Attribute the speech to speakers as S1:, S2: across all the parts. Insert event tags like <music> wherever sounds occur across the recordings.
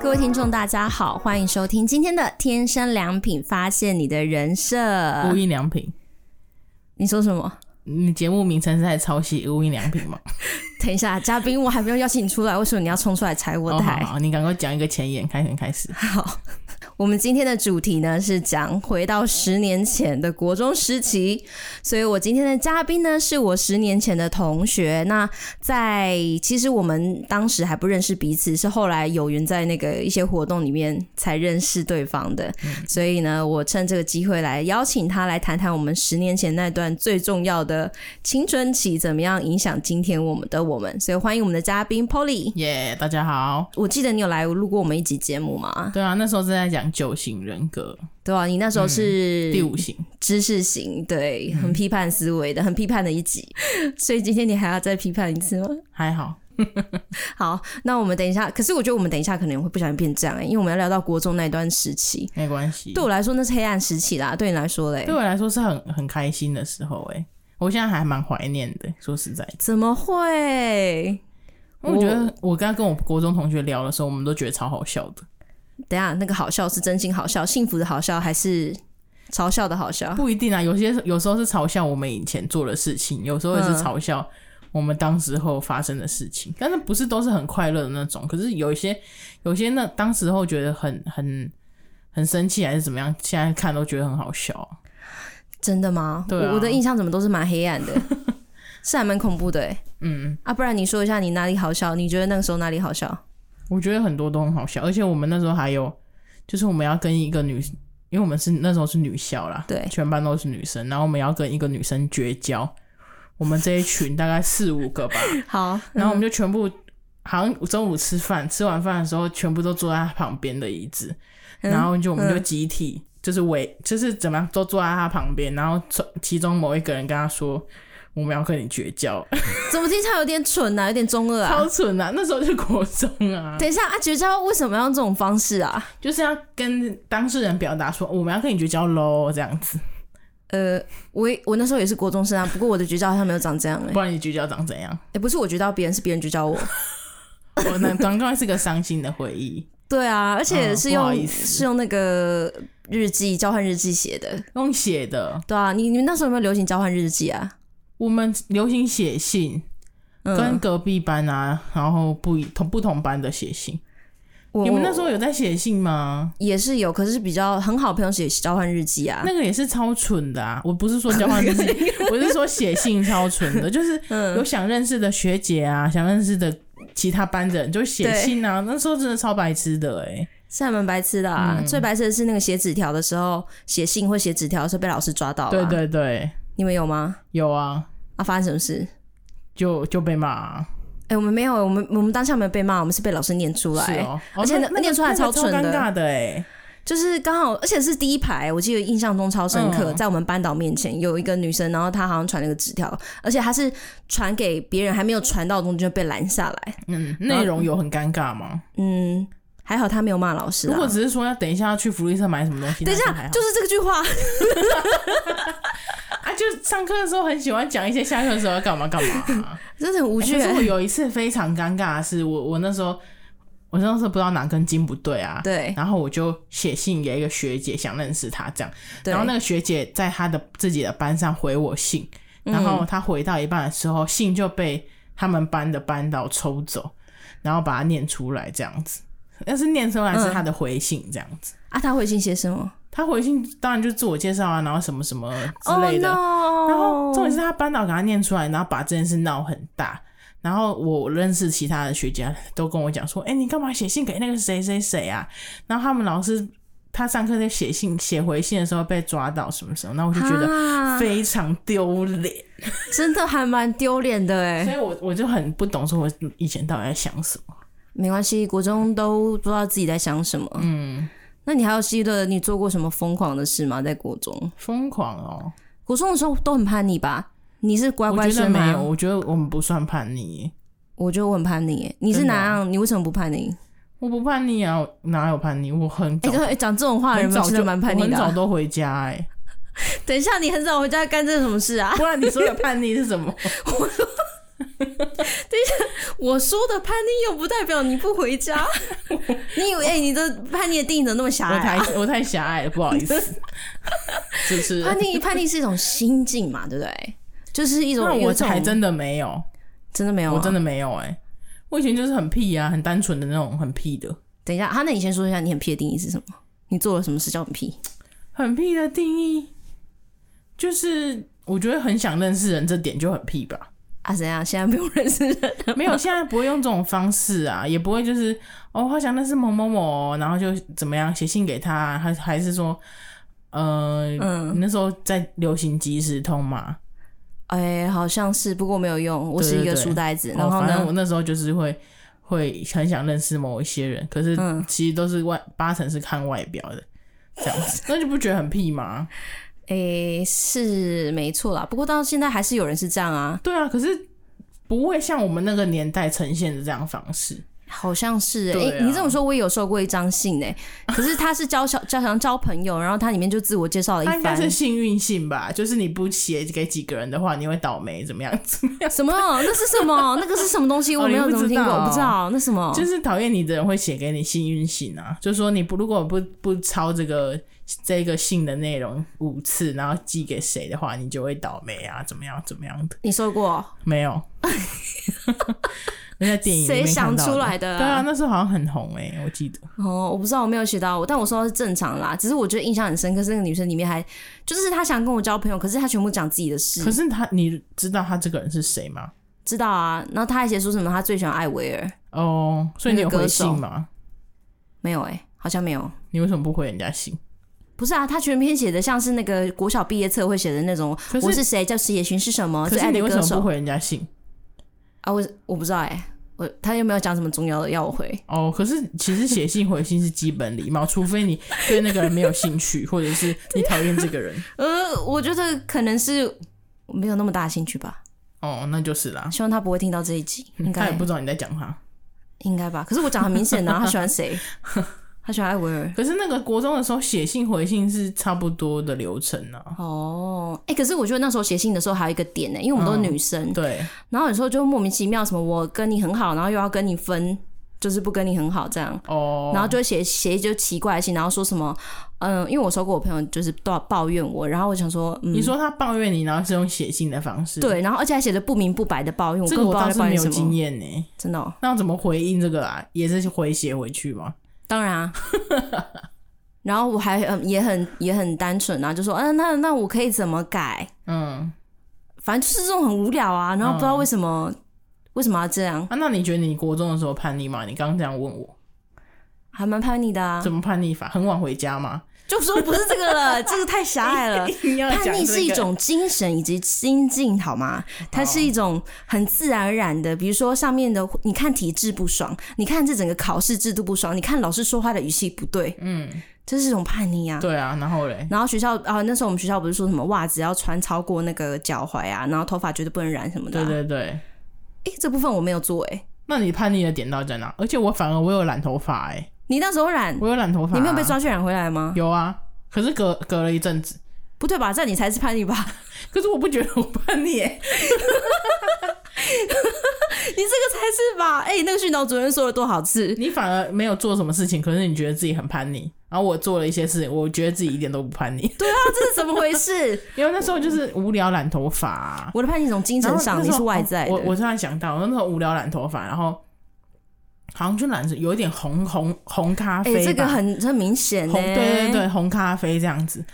S1: 各位听众，大家好，欢迎收听今天的《天生良品》，发现你的人设。呃
S2: 无印良品，
S1: 你说什么？
S2: 你节目名称是在抄袭无印良品吗？
S1: 等一下，嘉宾，我还没有邀请你出来，为什么你要冲出来踩 <laughs> 我
S2: 哦
S1: 台？
S2: 好好，你赶快讲一个前言，开始
S1: <laughs>
S2: 开始。
S1: 好，我们今天的主题呢是讲回到十年前的国中时期，所以我今天的嘉宾呢是我十年前的同学。那在其实我们当时还不认识彼此，是后来有缘在那个一些活动里面才认识对方的。
S2: 嗯
S1: 所以呢，我趁这个机会来邀请他来谈谈我们十年前那段最重要的青春期怎么样影响今天我们的我们。所以欢迎我们的嘉宾 Polly。
S2: 耶、大家好。
S1: 我记得你有来录过我们一集节目吗？
S2: 对啊，那时候正在讲九型人格，
S1: 对啊，你那时候是
S2: 嗯第五型。
S1: 知识型，对，
S2: 嗯
S1: 很批判思维的，很 <laughs> 批判的一集，所以今天你还要再批判一次吗？ <laughs>
S2: 还好，
S1: 好，那我们等一下，可是我觉得我们等一下可能会不小心变这样、欸，因为我们要聊到国中那段时期，
S2: 没关系。
S1: 对我来说那是黑暗时期啦，对你来说嘞
S2: 对，我来说是很很开心的时候、欸，我现在还蛮怀念的。说实在的，
S1: 怎么会？
S2: 因为我觉得我刚刚跟我国中同学聊的时候，我们都觉得超好笑的，
S1: 等一下那个好笑是真心好笑，幸福的好笑还是嘲笑的好笑？
S2: 不一定啊。有些有时候是嘲笑我们以前做的事情，有时候也是
S1: 嗯
S2: 嘲笑我们当时候发生的事情，但是不是都是很快乐的那种。可是有一些有些那当时候觉得很很很生气还是怎么样，现在看都觉得很好笑啊。
S1: 真的吗？
S2: 对啊
S1: 我我的印象怎么都是蛮黑暗的， <laughs> 是还蛮恐怖的、欸，嗯啊，不然你说一下你哪里好笑？你觉得那个时候哪里好笑？
S2: 我觉得很多都很好笑，而且我们那时候还有，就是我们要跟一个女，因为我们是那时候是女校啦，
S1: 对
S2: 全班都是女生，然后我们要跟一个女生绝交，我们这一群大概四五个吧，
S1: 好，
S2: 然后我们就全部好像中午吃饭，吃完饭的时候全部都坐在她旁边的椅子，
S1: 嗯
S2: 然后就我们就
S1: 嗯
S2: 集体就是围，就是怎么样都坐在她旁边，然后从其中某一个人跟她说。我们要跟你绝交，
S1: 怎么听起来有点蠢啊，有点中二啊
S2: 超？蠢啊！那时候就国中啊，
S1: 等一下啊，绝交为什么要用这种方式啊？
S2: 就是要跟当事人表达说我们要跟你绝交喽，这样子，
S1: 呃，我我那时候也是国中生啊，不过我的绝交好像没有长这样哎、 <laughs> 欸
S2: 不然你绝交长怎样？ <laughs>
S1: 欸不是我绝交别人，是别人绝交 <laughs> 我。
S2: 我那刚刚是个伤心的回忆，
S1: 对啊，而且
S2: 嗯
S1: 是
S2: 不
S1: 用、
S2: 好意思
S1: 是用那个日记交换日记写的。
S2: 用写的。
S1: 对啊，你你们那时候有没有流行交换日记啊？
S2: 我们流行写信，跟
S1: 嗯，
S2: 隔壁班啊，然后不一同不同班的写信。
S1: 我
S2: 你们那时
S1: 候
S2: 候有在写信吗？
S1: 也是有，可是比较很好的朋友写交换日记啊。
S2: 那个也是超蠢的啊！我不是说交换
S1: <laughs>
S2: 日记，我是说写信超蠢的，就是
S1: 嗯
S2: 有想认识的学姐啊，想认识的其他班的人就写
S1: 对
S2: 信啊。那时候真的超白痴的哎、
S1: 是还蛮白痴的
S2: 嗯
S1: 啊，最白痴的是那个写纸条的时候，写信或写纸条的时候被老师抓到、啊。
S2: 对，对对，
S1: 你们有吗？
S2: 有啊，
S1: 啊，发生什么事？
S2: 就就被骂、啊。
S1: 哎、我们没有，我们我们当下没有被骂，我们是被老师念出来，欸
S2: 是哦，
S1: 而且
S2: 哦
S1: 那念出来
S2: 那个
S1: 超蠢的
S2: 尴尬的哎，
S1: 就是刚好，而且是第一排，我记得印象中超深刻，
S2: 嗯
S1: 在我们班导面前有一个女生，然后她好像传了个纸条，而且她是传给别人，还没有传到中间就被拦下来。
S2: 嗯，内容有很尴尬吗？
S1: 嗯，还好她没有骂老师
S2: 如
S1: 啊
S2: 果。只是说要等一下要去福利社买什么东西，
S1: 等一
S2: 那
S1: 下
S2: 还，好
S1: 就是这个句话，
S2: 啊，就上课的时候很喜欢讲一些下课的时候要干嘛干嘛啊。
S1: 真的很无
S2: 我
S1: 趣、哎
S2: 觉得 <laughs> 我有一次非常尴尬的是，我我那时候我那时候不知道哪根筋不对啊， <laughs>
S1: 对
S2: 然后我就写信给一个学姐，想认识她这样，
S1: 对，
S2: 然后那个学姐在她的自己的班上回我信，然后她回到一半的时候，信就被他们班的班导抽走，然后把它念出来这样子。但是念出来是她的回信这样子，
S1: 啊，她回信写什么
S2: 她回信当然就自我介绍啊，然后什么什么之
S1: ？Oh
S2: 类的。
S1: no！啊
S2: 然后重点是她班导给她念出来，然后把这件事闹很大。然后我认识其他的学姐都跟我讲说：“哎、你干嘛写信给那个谁谁谁啊？”然后他们老师他上课在写信写回信的时候被抓到什么什么，那我就觉得
S1: 啊、
S2: 非常丢脸，
S1: 真的还蛮丢脸的哎、
S2: 所以我我就很不懂，说我以前到底在想什么。
S1: 没关系，国中都不知道自己在想什么。嗯，那你还有记得你做过什么疯狂的事吗？在国中，
S2: 疯狂哦，
S1: 国中的时候都很叛逆吧？你是乖
S2: 我
S1: 乖
S2: 觉得
S1: 生吗
S2: 没有，？我觉得我们不算叛逆，
S1: 我觉得我很叛逆耶。你是
S2: 真的
S1: 哪
S2: 啊
S1: 样？你为什么不叛逆？
S2: 我不叛逆啊，我哪有叛逆？我很
S1: 哎、
S2: 早，
S1: 欸，讲这种话的
S2: 很
S1: 人
S2: 早
S1: 们
S2: 就
S1: 真的蛮叛逆的
S2: 我很
S1: 啊、
S2: 早都回家哎、
S1: 等一下，你很早回家干这什么事啊？
S2: 不然你说的叛逆是什么？
S1: 我说的叛逆又不代表你不回家。
S2: <laughs>
S1: 你以为哎、你的叛逆的定义怎么那么狭
S2: 我
S1: 隘、
S2: 太
S1: 啊？
S2: 我太狭隘了，不好意
S1: <laughs>
S2: 思，主持人
S1: 叛。逆叛逆是一种心境嘛，对不对？就是一种
S2: 那我
S1: 有一种
S2: 还真的没有，
S1: 真的没有、啊，
S2: 我真的没有哎、我以前就是很屁啊，很单纯的那种，很屁的，
S1: 等一下，啊他那你先说一下你很屁的定义是什么？你做了什么事叫很屁？
S2: 很屁的定义就是我觉得很想认识人，这点就很屁吧。
S1: 啊，怎样？现在不用认识人了 <laughs>
S2: 没有，现在不会用这种方式啊，也不会就是哦，好想认识某某某，然后就怎么样写信给他，还还是说，呃，
S1: 嗯
S2: 你那时候在流行即时通嘛，
S1: 哎、好像是，不过没有用。我
S2: 对
S1: 是一个
S2: 对对
S1: 书呆子，
S2: 哦
S1: 然后
S2: 反正
S1: 呢
S2: 我，那时候就是会会很想认识某一些人，可是
S1: 嗯
S2: 其实都是外八成是看外表的这样子，那就不觉得很屁吗？
S1: 哎、是没错啦。不过到现在还是有人是这样啊，
S2: 对啊，可是不会像我们那个年代呈现的这样方式。
S1: 好像是哎、
S2: 对啊
S1: 你这么说，我也有收过一张信哎、可是他是交小交想交朋友，然后他里面就自我介绍了
S2: 他
S1: 一
S2: 应该
S1: 番
S2: 是幸运性吧，就是你不写给几个人的话，你会倒霉，怎么样？怎么样？
S1: 什么？那是什么？那个是什么东西？
S2: 哦
S1: 我没有
S2: 你
S1: 怎
S2: 不
S1: 么
S2: 知
S1: 听过，
S2: 道
S1: 我不知道那什么。
S2: 就是讨厌你的人会写给你幸运信啊，就说你不如果不不抄这个这个信的内容五次，然后寄给谁的话，你就会倒霉啊，怎么样怎么样的？
S1: 你收过？<laughs>
S2: 没有，那在电影里面
S1: 谁想
S2: 看到
S1: 出来的啊
S2: 对啊，那时候好像很红诶、我记得
S1: 哦，我不知道，我没有学到，但我说到是正常啦。只是我觉得印象很深刻，是那个女生里面还就是她想跟我交朋友，可是她全部讲自己的事
S2: 可，是他，你知道他这个人是谁吗？
S1: 知道啊。然后她还写出什么，她最喜欢艾薇儿，
S2: 哦、所以你有回信吗？
S1: 没有哎、好像没有。
S2: 你为什么不回人家信？
S1: 不是啊，她全篇写的像是那个国小毕业册会写的那种，
S2: 可是
S1: 我是谁，叫史野寻是什么，
S2: 可
S1: 最哦
S2: 是
S1: 爱
S2: 你
S1: 的
S2: 为什
S1: 歌
S2: 么不
S1: 手
S2: 回人家信？
S1: 啊，我我不知道哎、我她又没有讲什么重要的要我回。
S2: 哦，可是其实写信回信是基本礼貌，除非你对那个人没有兴趣，或者是你讨厌这
S1: <laughs>
S2: 个人。
S1: 呃，我觉得可能是我没有那么大兴趣吧，
S2: 哦，那就是啦，
S1: 希望她不会听到这一集，应
S2: 他
S1: 该
S2: 嗯也不知道你在讲他。
S1: 应该吧。可是我讲得很明显啊，她喜欢
S2: <laughs>
S1: 谁？她喜欢艾薇儿。
S2: 可是那个国中的时候，写信回信是差不多的流程啊。
S1: 哦，哎、可是我觉得那时候写信的时候还有一个点呢、因为我们都
S2: 嗯
S1: 是女生，
S2: 对，
S1: 然后有时候就莫名其妙什么我跟你很好，然后又要跟你分，就是不跟你很好这样，
S2: 哦，
S1: 然后就会写写一些奇怪的信，然后说什么，嗯，因为我收过我朋友就是都要抱怨我，然后我想说，嗯，
S2: 你说他抱怨你，然后是用写信的方式。，
S1: 对，然后而且还写的不明不白的抱怨，我
S2: 这
S1: 根
S2: 个
S1: 本不
S2: 我
S1: 知道在
S2: 倒是
S1: 抱
S2: 没
S1: 怨
S2: 有
S1: 什
S2: 经
S1: 么，
S2: 验呢。
S1: 真的、哦，
S2: 那要怎么回应这个啊？也是回写回去吗？
S1: 当然啊。然后我还嗯也很也很单纯啊，就说嗯、那那我可以怎么改？
S2: 嗯，
S1: 反正就是这种很无聊啊，然后不知道为什么、为什么要这样，
S2: 啊，那你觉得你国中的时候叛逆吗？你刚刚这样问我，
S1: 还蛮叛逆的啊。
S2: 怎么叛逆法？很晚回家吗？
S1: 就说不是这个
S2: <laughs>
S1: 了，这个太狭隘了。
S2: 你要讲
S1: <laughs> 叛逆
S2: 这
S1: 是一
S2: 个
S1: 种精神以及心境，好吗？它是一种很自然而然的，比如说上面的，你看体制不爽，你看这整个考试制度不爽，你看老师说话的语气不对，
S2: <laughs> 嗯。
S1: 这是一种叛逆啊。
S2: 对啊，然后嘞，
S1: 然后学校啊，那时候我们学校不是说什么袜子要穿超过那个脚踝啊，然后头发绝对不能染什么的、
S2: 对
S1: 啊。
S2: 对对，
S1: 诶，这部分我没有做诶，
S2: 那你叛逆的点到底在哪？而且我反而我有染头发哎、
S1: <laughs> 你那时候染，
S2: 我有染头发、啊
S1: 你没有被？抓去染回来吗？
S2: 有啊，可是隔隔了一阵子，
S1: 不对吧？这样你才是叛逆吧？ <laughs>
S2: 可是我不觉得我叛逆、欸，
S1: 你这个才是吧？诶，那个训导主任说了多少次？
S2: 你反而没有做什么事情，可是你觉得自己很叛逆。然后我做了一些事，情，我觉得自己一点都不叛逆，
S1: 对啊，这是怎么回事？
S2: 因为那时候就是无聊染头发、
S1: 我的叛逆从精
S2: 然
S1: 神
S2: 后
S1: 上，
S2: 那
S1: 你
S2: 时候哦
S1: 是外在的。
S2: 我我突然想到，我那时候无聊染头发，然后好像就染着有一点红红红咖
S1: 哎、
S2: 啡吧、
S1: 这个很欸很明显呢、
S2: 红对对对，红咖啡这样子。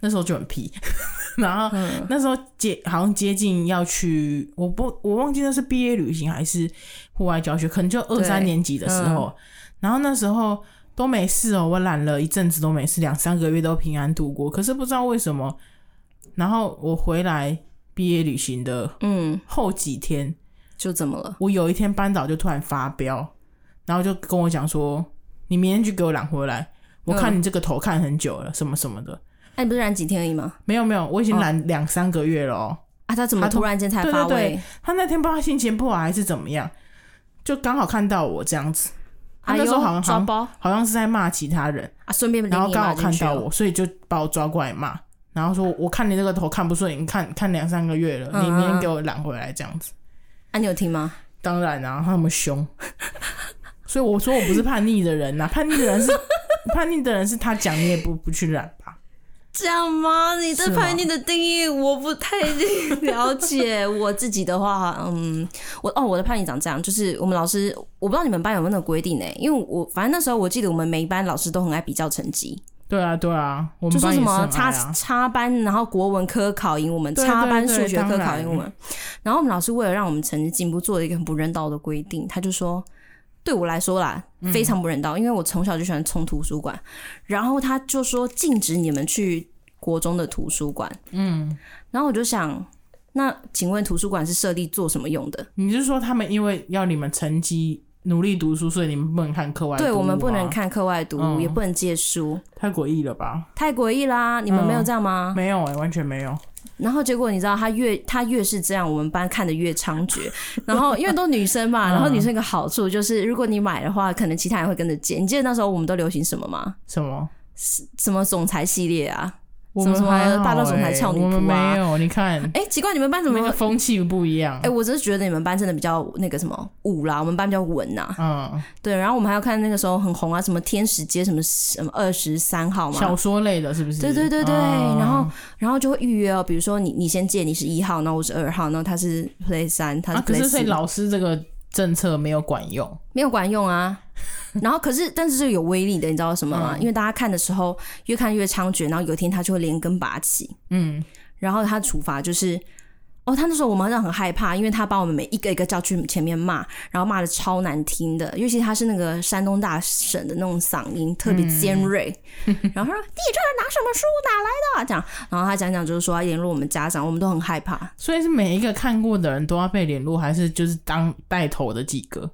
S2: 那时候就很皮， <laughs> 然后那时候接好像接近要去，我不我忘记那是毕业旅行还是户外教学，可能就二
S1: 对
S2: 三年级的时候，然后那时候都没事哦，我懒了一阵子都没事，两三个月都平安度过。可是不知道为什么，然后我回来毕业旅行的
S1: 嗯，
S2: 后几天，
S1: 就怎么了？
S2: 我有一天班导就突然发飙，然后就跟我讲说：“你明天去给我染回来，我看你这个头看很久了，什么什么的。
S1: 那、你不是染几天而已吗？”
S2: 没有没有，我已经染两三个月了、哦。
S1: 啊，他怎么
S2: 他突
S1: 突然间才发威？
S2: 对对他那天不知道心情不好还是怎么样，就刚好看到我这样子，他
S1: 哎
S2: 那时候
S1: 呦，
S2: 好像
S1: 抓包
S2: 好像是在骂其他人，
S1: 啊，顺便
S2: 然
S1: 领
S2: 后
S1: 你
S2: 刚
S1: 妈
S2: 好
S1: 进
S2: 看
S1: 去哦
S2: 到
S1: 了。
S2: 我，所以就把我抓过来骂，然后说：“我看你这个
S1: 嗯
S2: 头看不顺眼，看看两三个月了，你明天给我染回来这样子。”
S1: 啊，你有听吗？
S2: 当然啊，他们凶。 <laughs> 所以我说我不是叛逆的人呐、啊叛逆的
S1: <laughs>
S2: 人是叛逆的人是他讲你也不不去染吧？
S1: 这样吗？你对
S2: 是吗
S1: 叛逆的定义我不太了解。我自己的话，嗯，我哦，我的叛逆长这样，就是我们老师，我不知道你们班有没有那个规定呢、因为我反正那时候我记得我们每一班老师都很爱比较成绩，
S2: 对啊，对啊，我
S1: 就
S2: 们
S1: 说
S2: 班
S1: 什
S2: 也是
S1: 么
S2: 很
S1: 插
S2: 爱啊。
S1: 插班，然后国文科考赢我们，
S2: 对
S1: 插班
S2: 对
S1: 数
S2: 对
S1: 学科
S2: 当
S1: 考
S2: 然
S1: 赢我们。然后我们老师为了让我们成绩进步，做了一个很不人道的规定，他就说。对我来说啦，
S2: 嗯
S1: 非常不人道，因为我从小就喜欢冲图书馆，然后他就说禁止你们去国中的图书馆，嗯，然后我就想，那请问图书馆是设立做什么用的？
S2: 你是说他们因为要你们成绩努力读书，所以你们不能看课外、
S1: 对我们不能，看课外读物，
S2: 啊嗯
S1: 也不能借书，
S2: 太诡异了吧？
S1: 太诡异啦！你们
S2: 嗯
S1: 没有这样吗？
S2: 没有哎、完全没有。
S1: 然后结果你知道，他越他越是这样，我们班看的越猖獗。 <laughs> 然后因为都女生
S2: 嗯
S1: 嘛，然后女生有个好处就是，如果你买的话，可能其他人会跟着借。你记得那时候我们都流行什么吗？
S2: 什么？
S1: 什么总裁系列啊？
S2: 我
S1: 什么
S2: 们
S1: 什么
S2: 还好
S1: 霸道总裁
S2: 欸
S1: 俏女
S2: 我们
S1: 仆啊
S2: 没有。你看，
S1: 哎、奇怪，你们班怎么
S2: 那？个风气不一样
S1: 哎、。我只是觉得你们班真的比较那个什么武啦，我们班比较文呐、
S2: 嗯，
S1: 对，然后我们还要看那个时候很红啊，什么天使街什么什么二十三号嘛，
S2: 小说类的是不是？
S1: 对对对对，
S2: 嗯
S1: 然后然后就会预约哦，比如说你你先借，你是一号，那我是二号，那他是 play 三，他是
S2: 啊，可
S1: play
S2: 是
S1: 四、
S2: 所以老师这个政策没有管用。
S1: 没有管用啊。然后可是，但是这个有威力的，你知道什么吗？因为大家看的时候越看越猖獗，然后有一天他就会连根拔起，
S2: 嗯，
S1: 然后他处罚就是。哦，他那时候我们好像很害怕，因为他把我们每一个一个叫去前面骂，然后骂的超难听的，尤其他是那个山东大婶的那种嗓音，特别尖锐。 <laughs> 然后他说：“你这是拿什么书哪来的？”这样，然后他讲讲就是说要联络我们家长，我们都很害怕。
S2: 所以是每一个看过的人都要被联络，还是就是当带头的几个？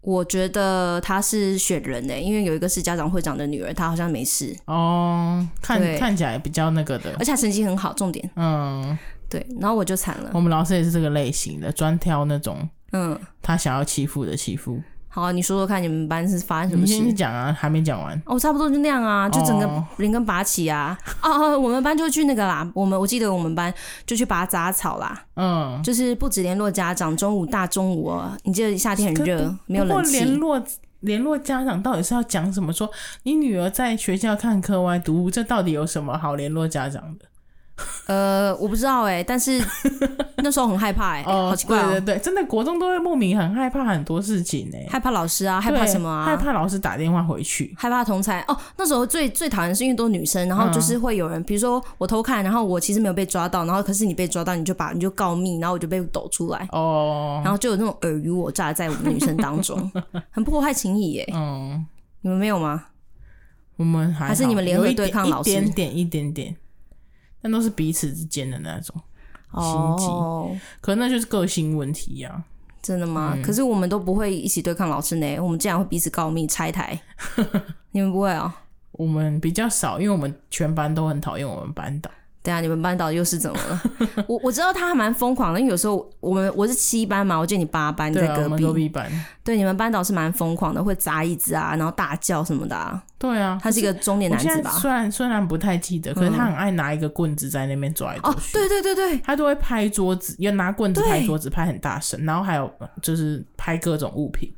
S1: 我觉得他是选人呢、因为有一个是家长会长的女儿，她好像没事，
S2: 哦，看
S1: 对哎
S2: 看起来比较那个的。
S1: 而且她成绩很好，重点
S2: 嗯，
S1: 对。然后我就惨了，
S2: 我们老师也是这个类型的，专挑那种
S1: 嗯，
S2: 他想要欺负的欺负。
S1: 好啊、你说说看，你们班是发生什
S2: 你
S1: 么事？
S2: 先讲啊，还没讲完。
S1: 哦，差不多就那样啊，就整个
S2: 哦
S1: 连根拔起啊。哦哦，我们班就去那个啦，我们我记得我们班就去拔杂草啦，
S2: 嗯，
S1: 就是不止联络家长，中午大中午哦，你记得夏天很
S2: 可
S1: 热，没有
S2: 不过
S1: 冷
S2: 联
S1: 气。
S2: 络联络家长到底是要讲什么？说你女儿在学校看课外读物，这到底有什么好联络家长的？
S1: 呃，我不知道哎、但是 <laughs> 那时候很害怕哎、好奇怪哦、
S2: 对对对，真的国中都会莫名很害怕很多事情呢、
S1: 害怕老师啊，害怕
S2: 对
S1: 什么啊？
S2: 害怕老师打电话回去。
S1: 害怕同才哦，那时候最最讨厌是因为都女生，然
S2: 嗯
S1: 后就是会有人，比如说我偷看，然后我其实没有被抓到，然后可是你被抓到，你就把你就告密，然后我就被抖出来，
S2: 哦，
S1: 然后就有那种尔虞我诈在我们女生当
S2: <laughs>
S1: 中，很破坏情谊耶。
S2: 嗯，
S1: 你们没有吗？
S2: 我们还
S1: 还是
S2: 好
S1: 你们联
S2: 有
S1: 合
S2: 一
S1: 对
S2: 点
S1: 抗老师
S2: 一点点一点点，但都是彼此之间的那种，心机嗯
S1: 哦，
S2: 可能那就是个性问题呀、
S1: 真的吗？可是我们都不会一起对抗老师呢，我们竟然会彼此告密拆
S2: <laughs>
S1: 台，你们不会哦？
S2: 我们比较少，因为我们全班都很讨厌我们班导。
S1: 等一下，你们班导又是怎么了？我我知道他还蛮疯狂的，因为有时候我们我是七班嘛，我见你八班，你
S2: 对
S1: 在
S2: 啊，我
S1: 隔
S2: 们
S1: 壁，
S2: 隔壁班。
S1: 对，你们班导是蛮疯狂的，会砸椅子啊，然后大叫什么的、啊。
S2: 对啊，
S1: 他是一个中年
S2: 我
S1: 男
S2: 现
S1: 子
S2: 在
S1: 吧？嗯
S2: 虽然虽然不太记得，可是他很爱拿一个棍子在那边抓来抓
S1: 哦，
S2: 去。
S1: 对对对对，
S2: 他都会拍桌子，也拿棍子拍
S1: 对
S2: 桌子，拍很大声，然后还有呃就是拍各种物品。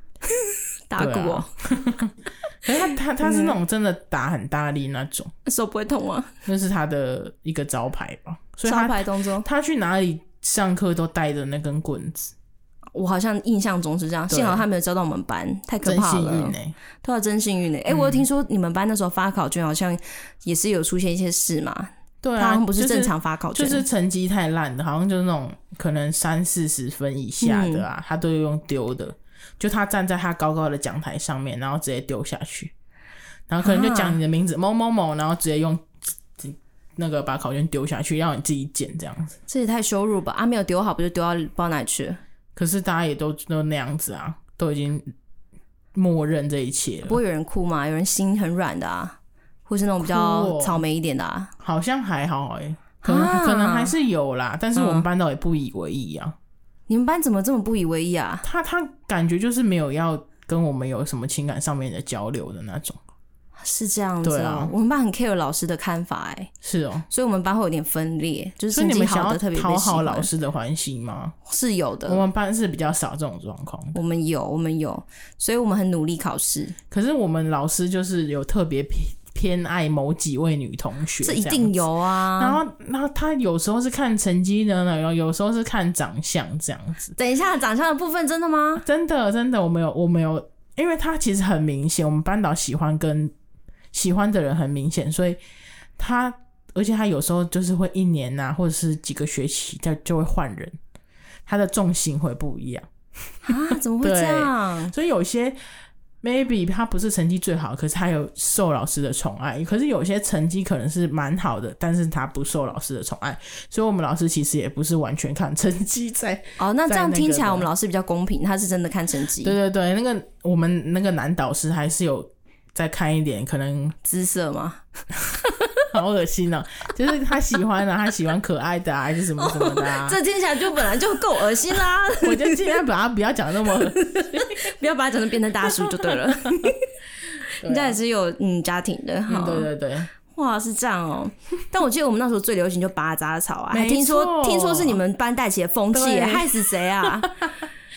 S1: 打鼓、哦，
S2: 可是他他他是那种真的打很大力那种，
S1: 手不会痛啊，
S2: 那是他的一个招牌吧。所以
S1: 招
S2: 他
S1: 牌动作。
S2: 他去哪里上课都带着那根棍子，
S1: 我好像印象中是这样，
S2: 对
S1: 幸好他没有教到我们班，太可
S2: 真
S1: 怕
S2: 幸运嗯
S1: 了
S2: 哎、。
S1: 对啊，真幸运呢、哎、我有听说你们班那时候发考卷好像也是有出现一些事嘛，
S2: 对
S1: 他好
S2: 啊，
S1: 像不是
S2: 就
S1: 正，常发考
S2: 就
S1: 卷，
S2: 是成绩太烂的，好像就是那种可能三四十分以下的
S1: 嗯
S2: 啊，他都用丢的，就他站在他高高的讲台上面，然后直接丢下去，然后可能就讲你的名字、某某某，然后直接用那个把考卷丢下去，让你自己捡这样子。
S1: 这也太羞辱吧？啊，没有丢好，不就丢到不知道哪里去了？
S2: 可是大家也都都那样子啊，都已经默认这一切
S1: 不
S2: 了，
S1: 会有人哭吗？有人心很软的啊，或是那种比
S2: 哭
S1: 较
S2: 哦
S1: 草莓一点的啊？
S2: 好像还好哎、可能、
S1: 啊
S2: 可能还是有啦，但是我
S1: 嗯
S2: 们班导也不以为意啊。
S1: 你们班怎么这么不以为意啊？
S2: 他他感觉就是没有要跟我们有什么情感上面的交流的那种，
S1: 是这样子
S2: 对
S1: 哦、
S2: 啊
S1: 我们班很 care 老师的看法哎、
S2: 是哦。
S1: 所以我们班会有点分裂，就是
S2: 所
S1: 成
S2: 以你
S1: 绩
S2: 们想
S1: 好
S2: 要
S1: 的特别被
S2: 讨
S1: 喜
S2: 好
S1: 欢
S2: 老师的欢心吗？
S1: 是有
S2: 我
S1: 的。
S2: 们班是比较少这种状况，
S1: 我们有，我们有，所以我们很努力考试，
S2: 可是我们老师就是有特别偏偏爱某几位女同学，
S1: 这一定。有啊。
S2: 然后，然后他有时候是看成绩的呢，有有时候是看长相这样子。
S1: 等一下，长相的部分真的吗？
S2: 真的，真的，我没有，我没有，因为他其实很明显，我们班导喜欢跟喜欢的人很明显，所以他，而且他有时候就是会一年呐、或者是几个学期，他就会换人，他的重心会不一样。
S1: 啊，怎么会
S2: <laughs> 对
S1: 这样？
S2: 所以有些 maybe 他不是成绩最好，可是他有受老师的宠爱；可是有些成绩可能是蛮好的，但是他不受老师的宠爱。所以我们老师其实也不是完全看成绩在。
S1: 哦，那这
S2: 在
S1: 样
S2: 那
S1: 听
S2: 个
S1: 起来
S2: 的
S1: 我们老师比较公平，他是真的看成绩
S2: 对、对对，那个我们那个男导师还是有。再看一点，可能 <laughs>
S1: 姿色吗？
S2: 好恶心哦、就是他喜欢啊，他喜欢可爱的啊，还是什么什么的啊。
S1: <laughs> 这听起来就本来就够恶心
S2: <laughs>
S1: 啦，
S2: 我就尽量把他不要讲那么恶心。
S1: 不要把它讲成变成大叔就对了。
S2: <laughs>
S1: <laughs>
S2: 对
S1: 你家
S2: 啊
S1: 也是有嗯家庭的哈、
S2: 嗯，对对对，
S1: 哇，是这样哦、但我记得我们那时候最流行就拔杂草啊，还
S2: 没
S1: 听说
S2: 错
S1: 听说是你们班带起的风气耶，
S2: 对
S1: 害死谁啊？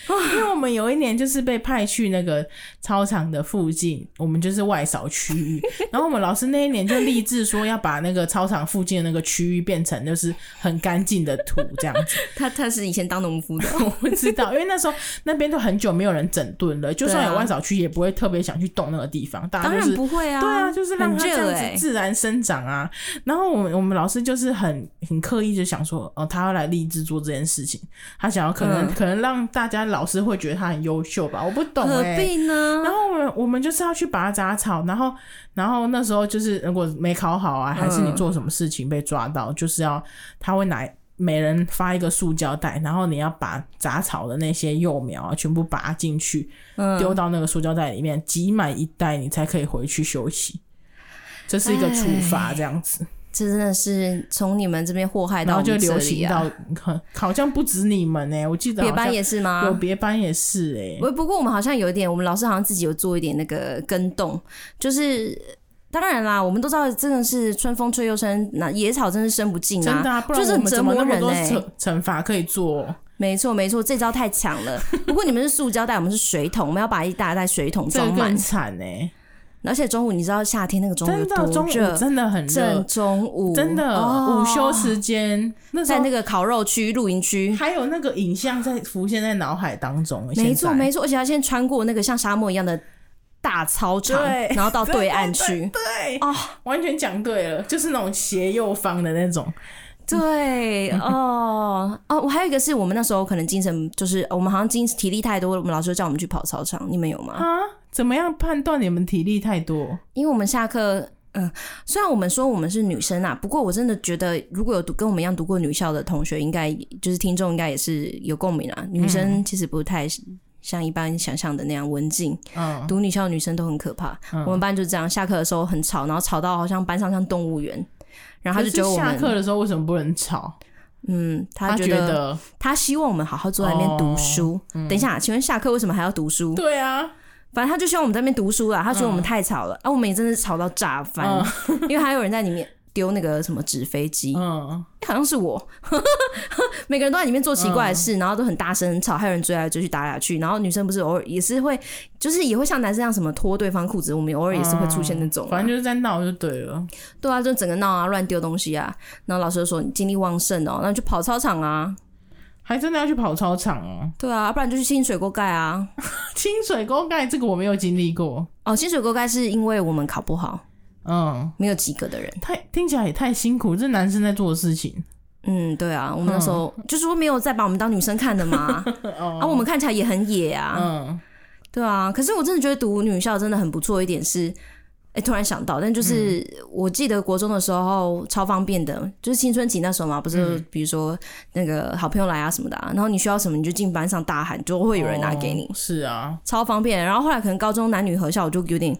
S1: <laughs>
S2: 因为我们有一年就是被派去那个操场的附近，我们就是外扫区域。然后我们老师那一年就立志说要把那个操场附近的那个区域变成就是很干净的土这样子。
S1: 他他是以前当农
S2: <laughs>
S1: 夫的，哦
S2: 我不知道，因为那时候那边都很久没有人整顿了，就算有外扫区也不会特别想去动那个地方，大
S1: 啊当
S2: 家就
S1: 然
S2: 是。
S1: 不会啊。
S2: 对啊，就是让
S1: 很
S2: 它这
S1: 热
S2: 样
S1: 哎
S2: 子、自然生长啊。然后我们我们老师就是很很刻意就想说，哦，他要来立志做这件事情，他想要可能、
S1: 嗯
S2: 可能让大家老师会觉得他很优秀吧，我不懂
S1: 何
S2: 哎、
S1: 必
S2: 然
S1: 呢？
S2: 后我们我们就是要去拔杂草，然后然后那时候就是如果没考好啊，还是你
S1: 嗯
S2: 做什么事情被抓到，就是要他会拿每人发一个塑胶袋，然后你要把杂草的那些幼苗啊全部拔进去，
S1: 嗯
S2: 丢到那个塑胶袋里面，挤满一袋，你才可以回去休息。这是一个
S1: 哎
S2: 处罚，这样子，
S1: 这真的是从你们这边祸害
S2: 然
S1: 到
S2: 后
S1: 我
S2: 就
S1: 们这
S2: 流
S1: 里
S2: 行
S1: 啊。
S2: 到好好像不止你们呢、我记得
S1: 别
S2: 好像
S1: 班也是
S2: 有
S1: 吗？
S2: 别班也是哎、
S1: 不不过我们好像有一点，我们老师好像自己有做一点那个跟动，就是。当然啦，我们都知道，真的是春风吹又生，那野草真是生不尽啊！
S2: 真的、啊，不然
S1: 就是
S2: 我
S1: 很
S2: 们
S1: 折
S2: 怎么
S1: 磨
S2: 那么
S1: 人
S2: 多
S1: 哎、
S2: 惩惩罚可以做、
S1: 没错，没错，这招太强了。 <laughs> 不过你们是塑胶袋，我们是水桶，我们要把一大袋水桶
S2: 这
S1: 装
S2: 个
S1: 满
S2: 更。惨欸呢、
S1: 而且中午你知道夏天那个中午有
S2: 真的中
S1: 多热
S2: 午？真的很
S1: 正
S2: 热，
S1: 中午，
S2: 真的、
S1: 哦
S2: 午休时间那时
S1: 在
S2: 候
S1: 那个烤肉区、露营区。
S2: 还有那个影像在浮现在脑海当中、欸，
S1: 没
S2: 现
S1: 错，
S2: 在
S1: 没错，而且他现在穿过那个像沙漠一样的大操场，
S2: 对
S1: 然后到对岸去。
S2: 对
S1: 哦
S2: 完全讲对了，就是那种斜右方的那种，
S1: 对，哦，哦，我还有一个是我们那时候可能精神就是我们好像精体力太多，我们老师就叫我们去跑操场，你们有吗？
S2: 啊，怎么样判断你们体力太多？
S1: 因为我们下课，嗯，虽然我们说我们是女生啊，不过我真的觉得，如果有读跟我们一样读过女校的同学，应该就是听众应该也是有共鸣啊。女生其实不太像一般想象的那样文静，
S2: 嗯，
S1: 读女校的女生都很可怕。我们班就这样，下课的时候很吵，然后吵到好像班上像动物园，然后他就觉
S2: 可
S1: 得我
S2: 是下课
S1: 们，
S2: 的时候为什么不能吵？
S1: 嗯，他
S2: 他
S1: 觉
S2: 觉
S1: 得
S2: 得哦嗯
S1: 他希望我们好好坐在那边读书。等一下，请问下课为什么还要读书？
S2: 对啊，
S1: 反正他就希望我们在那边读书啦，他
S2: 嗯
S1: 觉得我们太吵了，啊，我们也真的是吵到炸翻， <laughs> 因为还有人在里面丢那个什么纸飞机，
S2: 嗯，
S1: 好像是我， <laughs> 每个人都在里面做奇怪的
S2: 嗯
S1: 事，然后都很大声很吵，还有人追来追去打来打去，然后女生不是偶尔也是会，就是也会像男生一样什么脱对方裤子，我们偶尔也是会出现那种啊、
S2: 嗯反正就是在闹就对了。
S1: 对啊，就整个闹啊，乱丢东西啊，然后老师就说你精力旺盛哦，那你就跑操场啊，
S2: 还真的要去跑操场哦，
S1: 对啊，不然就去清水沟盖啊，
S2: 清水沟盖这个我没有经历过，
S1: 哦，清水沟盖是因为我们考不好，
S2: 嗯，
S1: 没有及格的人。
S2: 太听起来也太辛苦，这男生在做的事情。
S1: 嗯，对啊，我们那时候、就是说没有再把我们当女生看的嘛，
S2: <laughs>
S1: 啊，我们看起来也很野啊，
S2: 哦嗯，
S1: 对啊。可是我真的觉得读女校真的很不错一点是，哎、突然想到，
S2: 嗯
S1: 但就是、我记得国中的时候超方便的，就是青春期那时候嘛，不是
S2: 嗯
S1: 比如说那个好朋友来啊什么的、啊，然后你需要什么你就进班上大喊，就会有人拿给你。
S2: 哦是啊，
S1: 超方便。然后后来可能高中男女合校，我就有点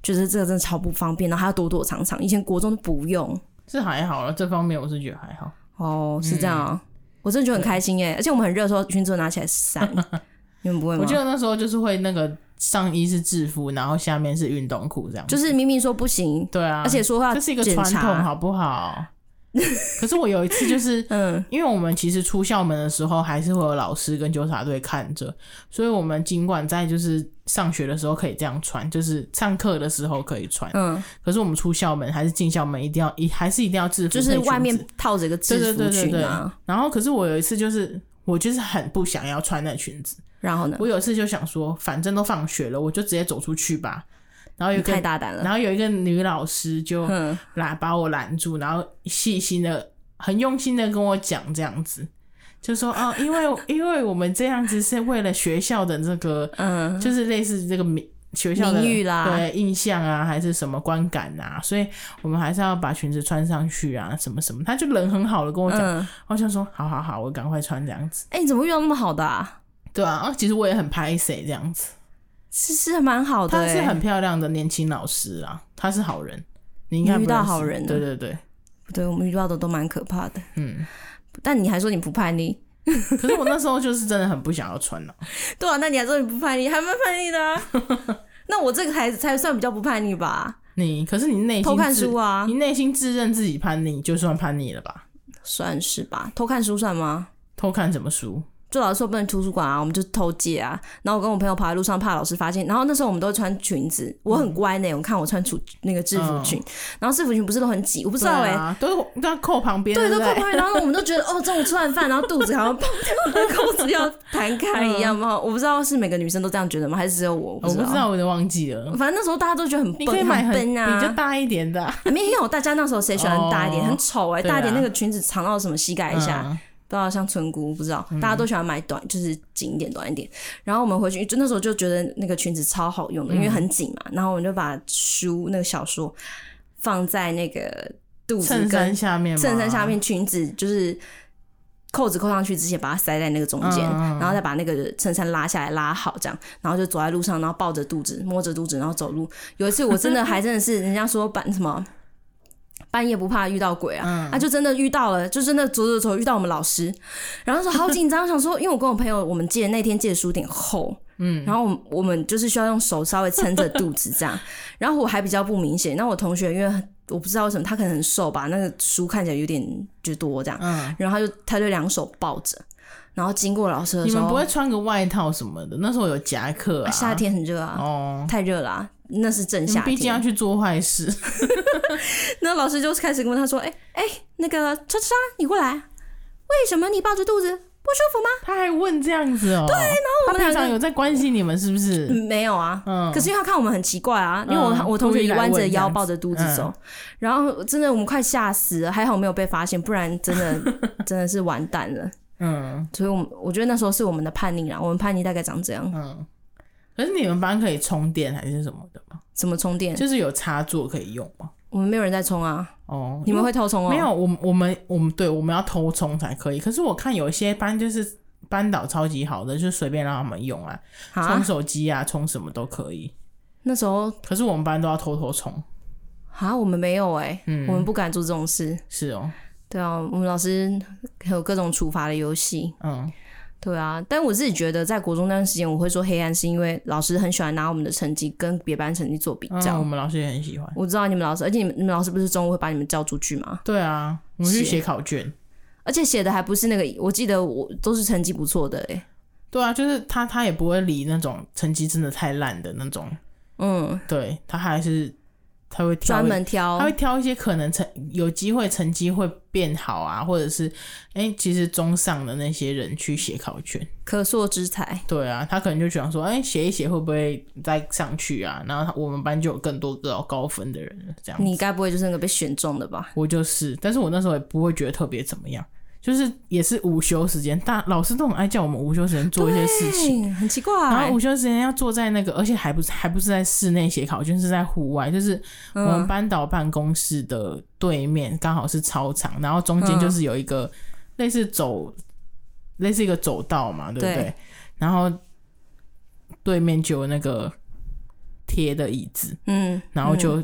S1: 觉得这个真的超不方便，然后还要躲躲藏藏。以前国中都不用
S2: 这还好了，这方面我是觉得还好。
S1: 哦，
S2: 嗯
S1: 是这样、啊，我
S2: <laughs>
S1: 真的觉得很开心耶。而且我们很热的时候，裙子都拿起来扇，你们不会吗
S2: 我记？得那时候就是会那个上衣是制服，然后下面是运动裤这样子。
S1: 就是明明说不行，
S2: 对啊，
S1: 而且说话
S2: 这是一个
S1: 检
S2: 传
S1: 查
S2: 统，好
S1: <laughs>
S2: 不好？可是我有一次就是，
S1: 嗯，
S2: 因为我们其实出校门的时候，还是会有老师跟纠察队看着，所以我们尽管在就是上学的时候可以这样穿，就是上课的时候可以穿，
S1: 嗯，
S2: 可是我们出校门还是进校门一定要，一还是一定要制服，
S1: 就是
S2: 配裙子
S1: 外面套着一个制服
S2: 对对对对
S1: 裙
S2: 对
S1: 啊，
S2: 然后可是我有一次就是。我就是很不想要穿那裙子，
S1: 然后呢，
S2: 我有一次就想说，反正都放学了，我就直接走出去吧。然后有
S1: 你
S2: 一个
S1: 太，大胆了，
S2: 然后有一个女老师就
S1: 嗯，
S2: 来把我拦住，然后细心的、很用心的跟我讲这样子，就说哦，因为 <laughs> 因为我们这样子是为了学校的这个，
S1: 嗯，
S2: 就是类似这个名学校的
S1: 名誉啦
S2: 对印象啊，还是什么观感啊，所以我们还是要把裙子穿上去啊，什么什么，他就人很好的跟我讲，
S1: 嗯，
S2: 我想说好好好，我赶快穿这样子，
S1: 哎、你怎么遇到那么好的啊？
S2: 对啊，啊其实我也很拍谁这样子，
S1: 是是蛮好的、
S2: 她
S1: 欸，
S2: 是很漂亮的年轻老师啊，她是好人，你应该
S1: 你遇
S2: 不
S1: 到
S2: 认识
S1: 好人了
S2: 对对对，
S1: 对我们遇到的都蛮可怕的。
S2: 嗯。
S1: 但你还说你不叛逆，
S2: 可是我那时候就是真的很不想要穿了、
S1: 对啊，那你还说你不叛逆，还蛮叛逆的、啊。
S2: <laughs>
S1: 那我这个还才算比较不叛逆吧？
S2: 你可是你内心
S1: 偷看
S2: 自
S1: 书啊
S2: 你，内心自认自己叛逆，就算叛逆了吧？
S1: 算是吧。偷看书算吗？
S2: 偷看什么书？
S1: 就老师说不能去图书馆啊，我们就偷借啊。然后我跟我朋友跑在路上，怕老师发现。然后那时候我们都会穿裙子，我很乖呢、我看我穿出那个制服裙，然后制服裙不是都很挤，我不
S2: 不
S1: 知道哎、哎
S2: 哎、嗯啊，都是那扣旁边，
S1: 对，
S2: 对啊
S1: 都
S2: 不
S1: 靠
S2: 对，
S1: 旁边，然后我们都觉得哦，中午吃完饭，然后肚子好像 <laughs> 碰掉了，裤子要弹开一样嘛。我不知道是每个女生都这样觉得吗？还是只有我？我不
S2: 嗯我
S1: 知
S2: 不
S1: 道。
S2: 知道，我都忘记了。
S1: 反正那时候大家都觉得很
S2: 你可以
S1: 笨，
S2: 买
S1: 笨
S2: 比较
S1: 啊，
S2: 大一点的啊、
S1: 没有大家那时候谁喜欢大一点，
S2: 哦
S1: 很丑哎、
S2: 对啊
S1: 大一点那个裙子长到什么膝盖以下，
S2: 嗯
S1: 不知道像村姑，不知道，大家都喜欢买短，就是紧一点、短一点。然后我们回去，就那时候就觉得那个裙子超好
S2: 嗯
S1: 用的，因为很紧嘛。然后我们就把书那个小说放在那个肚子
S2: 嗯
S1: 跟
S2: 衬衫下面吗，
S1: 衬衫下面裙子就是扣子扣上去之前，把它塞在那个中间，
S2: 嗯嗯嗯
S1: 然后再把那个衬衫拉下来拉好，这样，然后就走在路上，然后抱着肚子摸着肚子，然后走路。有一次我真的还真的是人家说半什么。半夜不怕遇到鬼啊！
S2: 嗯
S1: 啊，就真的遇到了，就真的走走走遇到我们老师，然后说好紧张，想说，因为我跟我朋友我们借那天借的书有点厚，嗯，然后我们我们就是需要用手稍微撑着肚子这样，然后我还比较不明显，那我同学因为我不知道为什么他可能很瘦吧，那个书看起来有点就多这样，
S2: 嗯，
S1: 然后他就他就两手抱着，然后经过老师的
S2: 你
S1: 时
S2: 们
S1: 候，
S2: 不会穿个外套什么的？那时候有夹克啊，
S1: 啊夏天很热啊，
S2: 哦，
S1: 太热啦、那是正
S2: 你们
S1: 夏
S2: 毕竟要
S1: 天。
S2: 去做坏
S1: <laughs>
S2: 事，
S1: 那老师就开始跟他说：“哎、哎、那个叉叉，你过来，啊为什么你抱着肚子不舒服吗
S2: 他还问这样子哦，对，然
S1: 后我们
S2: 他
S1: 两
S2: 平
S1: 个
S2: 常有在关心你们是不是？？”
S1: 嗯没有啊。
S2: 嗯，
S1: 可是因为他看我们很奇怪啊，因为我、
S2: 嗯
S1: 我同学
S2: 故意
S1: 也
S2: 来
S1: 弯着
S2: 问这
S1: 腰
S2: 样子嗯
S1: 抱着肚子走，然后真的我们快吓死了，还好没有被发现，不然真
S2: <laughs>
S1: 的真的是完蛋了。
S2: 嗯，
S1: 所以我们我觉得那时候是我们的叛逆啦，我们叛逆大概长这样，
S2: 嗯，可是你们班可以充电还是什么的吗？
S1: 怎么充电？
S2: 就是有插座可以用吗？
S1: 我们没有人在充啊，
S2: 哦，
S1: 你们会偷充哦？
S2: 没有？我们我们我们对我们要偷充才可以。可是我看有一些班就是班导超级好的，就随便让他们用啊，充
S1: 啊？
S2: 手机啊，充什么都可以。
S1: 那时候
S2: 可是我们班都要偷偷充，嗯
S1: 啊，我们没有哎、我们不敢做这种事。
S2: 是哦，
S1: 对啊，我们老师有各种处罚的游戏。
S2: 嗯，
S1: 对啊，但我自己觉得，在国中那段时间，我会说黑暗，是因为老师很喜欢拿我们的成绩跟别班成绩做比
S2: 嗯
S1: 较。
S2: 我们老师也很喜欢。
S1: 我知道你们老师，而且你们你们老师不是中午会把你们叫出去吗？
S2: 对啊，我们去
S1: 是
S2: 写考卷。
S1: 而且写的还不是那个，我记得我都是成绩不错的哎、
S2: 对啊，就是他，他也不会理那种成绩真的太烂的那种。
S1: 嗯，
S2: 对他还是他会挑
S1: 专
S2: 一
S1: 门挑
S2: 他会挑一些可能成有机会成绩会变好啊，或者是哎、诶其实中上的那些人去写考卷。
S1: 可塑之才。
S2: 对啊，他可能就想说，哎、写一写会不会再上去啊？然后他我们班就有更多个高分的人了，这样。
S1: 你该不会就是那个被选中的吧？
S2: 我就是，但是我那时候也不会觉得特别怎么样，就是也是午休时间，大老师都很爱叫我们午休时间做一些事情。
S1: 对，很奇怪。
S2: 然后午休时间要坐在那个，而且还不是还不是在室内写考卷，是在户外，就是
S1: 嗯
S2: 我们班导办公室的对面，刚好是操场，然后中间就是有一个类似走，类似一个走道嘛，对不对？
S1: 对
S2: 然后对面就有那个贴的椅子，
S1: 嗯，
S2: 然后就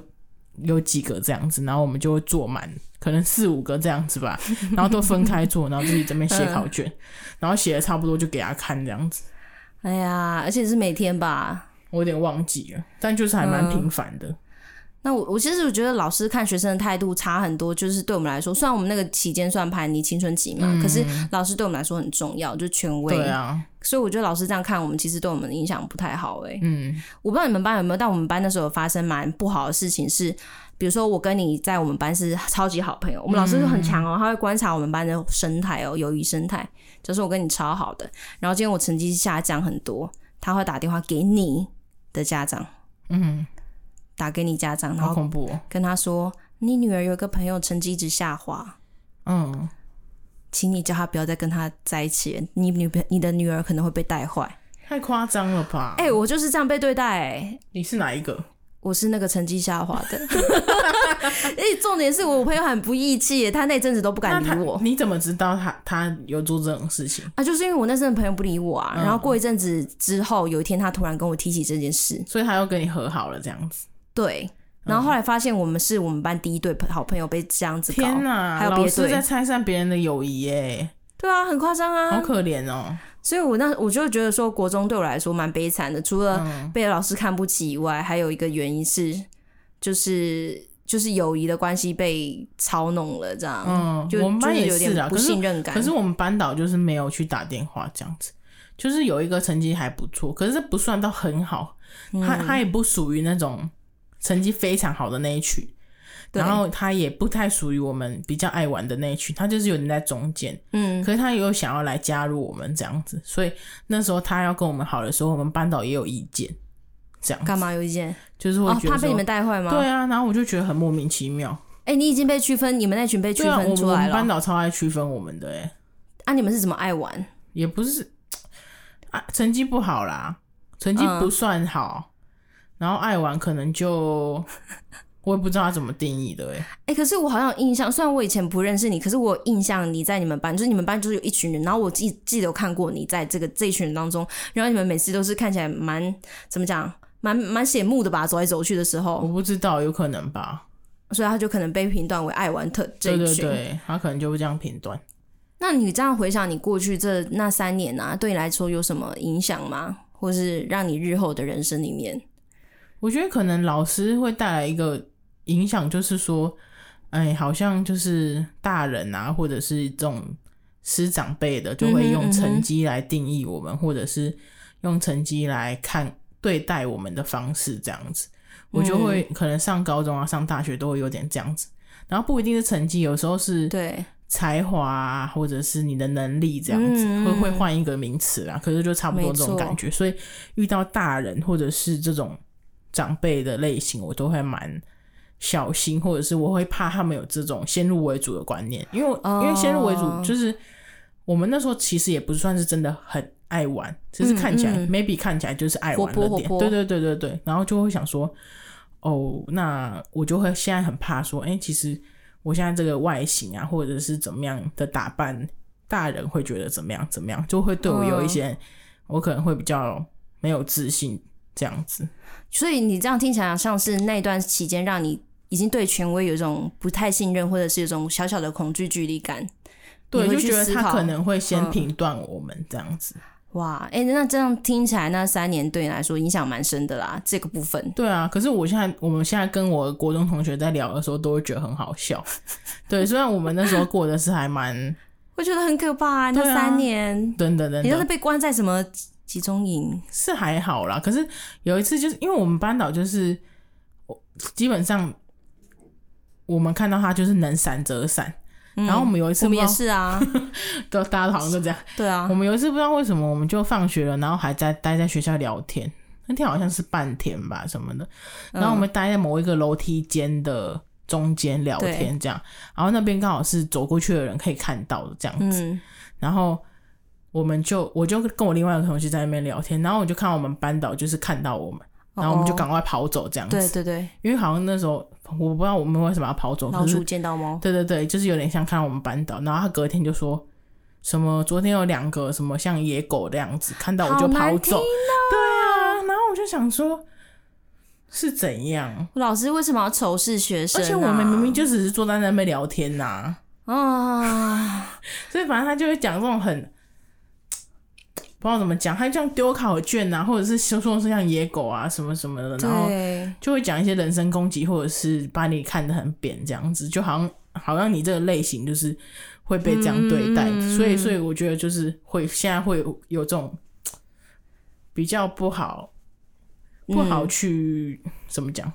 S2: 有几个这样子，然后我们就会坐满，可能四五个这样子
S1: <laughs>
S2: 吧，然后都分开坐，然后自己这边写考
S1: 嗯
S2: 卷，然后写的差不多就给他看这样子。
S1: 哎呀，而且是每天吧，
S2: 我有点忘记了，但就是还蛮频繁的。
S1: 嗯那我我其实我觉得老师看学生的态度差很多，就是对我们来说，虽然我们那个期间算叛逆青春期嘛，可是老师对我们来说很重要，就是权威。
S2: 嗯对啊，
S1: 所以我觉得老师这样看我们，其实对我们的影响不太好、欸。哎，
S2: 嗯
S1: 我不知道你们班有没有，但我们班那时候有发生蛮不好的事情是，比如说我跟你在我们班是超级好朋友，我们老师就
S2: 嗯
S1: 很强哦，他会观察我们班的生态哦，友谊生态，就是我跟你超好的，然后今天我成绩下降很多，他会打电话给你的家长，
S2: 嗯，
S1: 打给你家长，然
S2: 好
S1: 后
S2: 恐怖哦。
S1: 跟他说你女儿有一个朋友成绩一直下滑。
S2: 嗯，
S1: 请你叫他不要再跟他在一起，你女朋你的女儿可能会被带坏。
S2: 太夸张了吧？
S1: 哎、我就是这样被对待、哎
S2: 你是哪一个？
S1: 我是那个成绩下滑的， <laughs> 而且重点是我朋友很不义气耶，他那阵子都不敢
S2: 那他
S1: 理我
S2: 你怎么知道他他有做这种事情？
S1: 啊，就是因为我那阵子朋友不理我
S2: 嗯
S1: 啊。然后过一阵子之后，有一天他突然跟我提起这件事，
S2: 所以他又跟你和好了这样子？
S1: 对，
S2: 嗯
S1: 然后后来发现我们是我们班第一对好朋友被这样子搞，
S2: 天哪，
S1: 还有
S2: 老
S1: 别
S2: 师
S1: 对
S2: 在拆散别人的友谊耶，
S1: 对啊，很夸张
S2: 好
S1: 啊。
S2: 可怜哦。
S1: 所以我那我就觉得说，国中对我来说蛮悲惨的，除了
S2: 嗯
S1: 被老师看不起以外，还有一个原因是，就是就是友谊的关系被操弄了，这样，
S2: 嗯，
S1: 就
S2: 我们班
S1: 就是
S2: 也
S1: 有
S2: 是
S1: 点
S2: 啊，
S1: 不
S2: 可是
S1: 信任感。
S2: 可是我们班导就是没有去打电话这样子，就是有一个成绩还不错，可是不算到很好，
S1: 嗯
S2: 他他也不属于那种成绩非常好的那一群，
S1: 对
S2: 然后他也不太属于我们比较爱玩的那一群，他就是有点在中间。
S1: 嗯，
S2: 可是他也有想要来加入我们这样子，所以那时候他要跟我们好的时候，我们班导也有意见，这样
S1: 干嘛有意见？
S2: 就是会
S1: 哦，
S2: 觉
S1: 怕
S2: 得
S1: 被
S2: 说
S1: 你们带坏吗？
S2: 对啊，然后我就觉得很莫名其妙。
S1: 哎、你已经被区分，你们那群被区
S2: 对啊，我
S1: 分出
S2: 我
S1: 来
S2: 们
S1: 了。
S2: 班导超爱区分我们的、欸，
S1: 啊，你们是怎么爱玩？
S2: 也不是啊，成绩不好啦，成绩不算好，然后爱玩可能就 <laughs> 我也不知道他怎么定义的、欸，
S1: 哎、可是我好像有印象，虽然我以前不认识你，可是我有印象你在你们班，就是你们班就是有一群人，然后我记记得有看过你在这个这一群人当中，然后你们每次都是看起来蛮怎么讲，蛮蛮显目的吧，走来走去的时
S2: 我
S1: 候，
S2: 不知道，有可能吧。
S1: 所以他就可能被评断为爱玩特这
S2: 对
S1: 一
S2: 对
S1: 群。
S2: 对，他可能就会这样评断。
S1: 那你这样回想你过去这那三年啊，对你来说有什么影响吗？或是让你日后的人生里面，
S2: 我觉得可能老师会带来一个影响，就是说，哎，好像就是大人啊，或者是这种师长辈的，就
S1: 嗯
S2: 会
S1: 哼嗯
S2: 用
S1: 哼
S2: 成绩来定义我们，或者是用成绩来看对待我们的方式，这样子，我就会、
S1: 嗯
S2: 可能上高中啊，上大学都会有点这样子。然后不一定是成绩，有时候是
S1: 对，
S2: 才华啊，或者是你的能力这样子，
S1: 嗯
S2: 会会换一个名词啦。可是就差不多这种
S1: 没错
S2: 感觉，所以遇到大人或者是这种长辈的类型，我都会蛮小心，或者是我会怕他们有这种先入为主的观念，因为我、
S1: 哦
S2: 因为先入为主就是我们那时候其实也不算是真的很爱玩，只是看起来、
S1: 嗯嗯
S2: maybe 看起来就是爱玩
S1: 活
S2: 了
S1: 泼
S2: 点，
S1: 活泼
S2: 对对对对对，然后就会想说。哦，那我就会现在很怕说，哎、其实我现在这个外形啊，或者是怎么样的打扮，大人会觉得怎么样怎么样，就会对我有一些，
S1: 嗯
S2: 我可能会比较没有自信这样子。
S1: 所以你这样听起来像是那段期间让你已经对权威有一种不太信任，或者是有一种小小的恐惧距离感。
S2: 对，
S1: 你会
S2: 就
S1: 去
S2: 觉得
S1: 思考
S2: 他可能会先
S1: 嗯
S2: 评断我们这样子。
S1: 哇，哎、那这样听起来那三年对你来说影响蛮深的啦，这个部分。 <laughs>
S2: 对啊，可是我现在我们现在跟我国中同学在聊的时候，都会觉得很好笑。 <laughs> 对，虽然我们那时候过的是还蛮
S1: 我觉得很可怕、啊，那
S2: 对啊
S1: 三年，
S2: 等等等
S1: 你
S2: 等
S1: 都是，被关在什么集中营？
S2: 是还好啦，可是有一次就是因为我们班导就是，我基本上我们看到他就是能闪则闪，
S1: 嗯
S2: 然后我们有一次
S1: 我
S2: 不
S1: 们
S2: 知
S1: 也
S2: 道
S1: 是啊，
S2: 都大家好像都这样，
S1: 对啊
S2: 我，们有一次不知道为什么我们就放学了，然后还在待在学校聊天，那天好像是半天吧什么的，
S1: 嗯
S2: 然后我们待在某一个楼梯间的。中间聊天这样，然后那边刚好是走过去的人可以看到的这样子，
S1: 嗯，
S2: 然后我们就我就跟我另外一个同学在那边聊天，然后我就看我们班导就是看到我们，然后我们就
S1: 哦
S2: 赶快跑走这样子。
S1: 对对对，
S2: 因为好像那时候我不知道我们为什么要跑走，
S1: 老
S2: 哦可
S1: 鼠
S2: 是
S1: 见到猫，
S2: 对对对，就是有点像看到我们班导，然后他隔天就说什么昨天有两个什么像野狗的样子，看到我就
S1: 好难
S2: 跑
S1: 听哦
S2: 走。对啊，然后我就想说是怎样，
S1: 老师为什么要仇视学生、
S2: 而
S1: 啊？
S2: 且我们明明就只是坐在那边聊天呐、
S1: 啊，
S2: 所以反正他就会讲这种很不知道怎么讲，他这样丢考卷啊，或者是说说像野狗啊什么什么 <laughs> 的，然后
S1: 对，
S2: 就会讲一些人身攻击，或者是把你看得很扁这样子，就好像好像你这个类型就是会被这样对待，
S1: 嗯
S2: 所以所以我觉得就是会现在会有有这种嘖比较不好不好
S1: 嗯
S2: 去、怎么讲，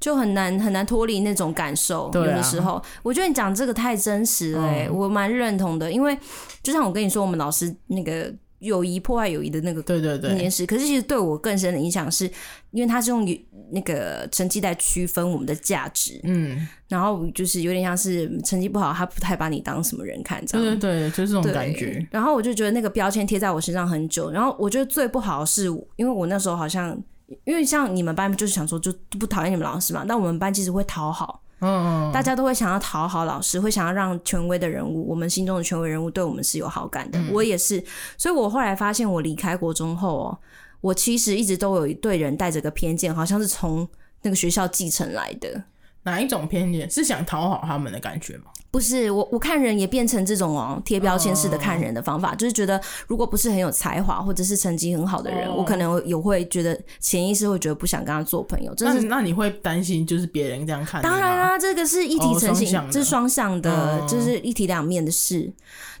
S1: 就很难很难脱离那种感受。
S2: 对啊嗯
S1: 有的时候，我觉得你讲这个太真实了、欸，我蛮认同的。因为就像我跟你说，我们老师那个友谊破坏友谊的那个
S2: 对对对
S1: 年史，可是其实对我更深的影响是，因为他是用那个成绩来区分我们的价值，
S2: 嗯，
S1: 然后就是有点像是成绩不好，他不太把你当什么人看这
S2: 对
S1: 样。
S2: 对对，就是这种
S1: 对
S2: 感觉，
S1: 然后我就觉得那个标签贴在我身上很久，然后我觉得最不好的是，因为我那时候好像，因为像你们班就是想说就不讨厌你们老师嘛，但我们班其实会讨好，
S2: 嗯嗯，
S1: 大家都会想要讨好老师，会想要让权威的人物，我们心中的权威人物对我们是有好感
S2: 嗯
S1: 的。我也是，所以我后来发现，我离开国中后哦，我其实一直都有对人带着个偏见，好像是从那个学校继承来的。
S2: 哪一种偏见是想讨好他们的感觉吗？
S1: 不是我，我看人也变成这种哦，贴标签式的看人的方法，就是觉得如果不是很有才华或者是成绩很好的人，
S2: 哦
S1: 我可能也会觉得潜意识会觉得不想跟他做朋友，这
S2: 那
S1: 是
S2: 那你会担心就是别人这样看你吗？
S1: 当然啦、啊这个是一体成
S2: 哦双
S1: 型，
S2: 向的
S1: 这是双向的，
S2: 嗯
S1: 这是一体两面的事。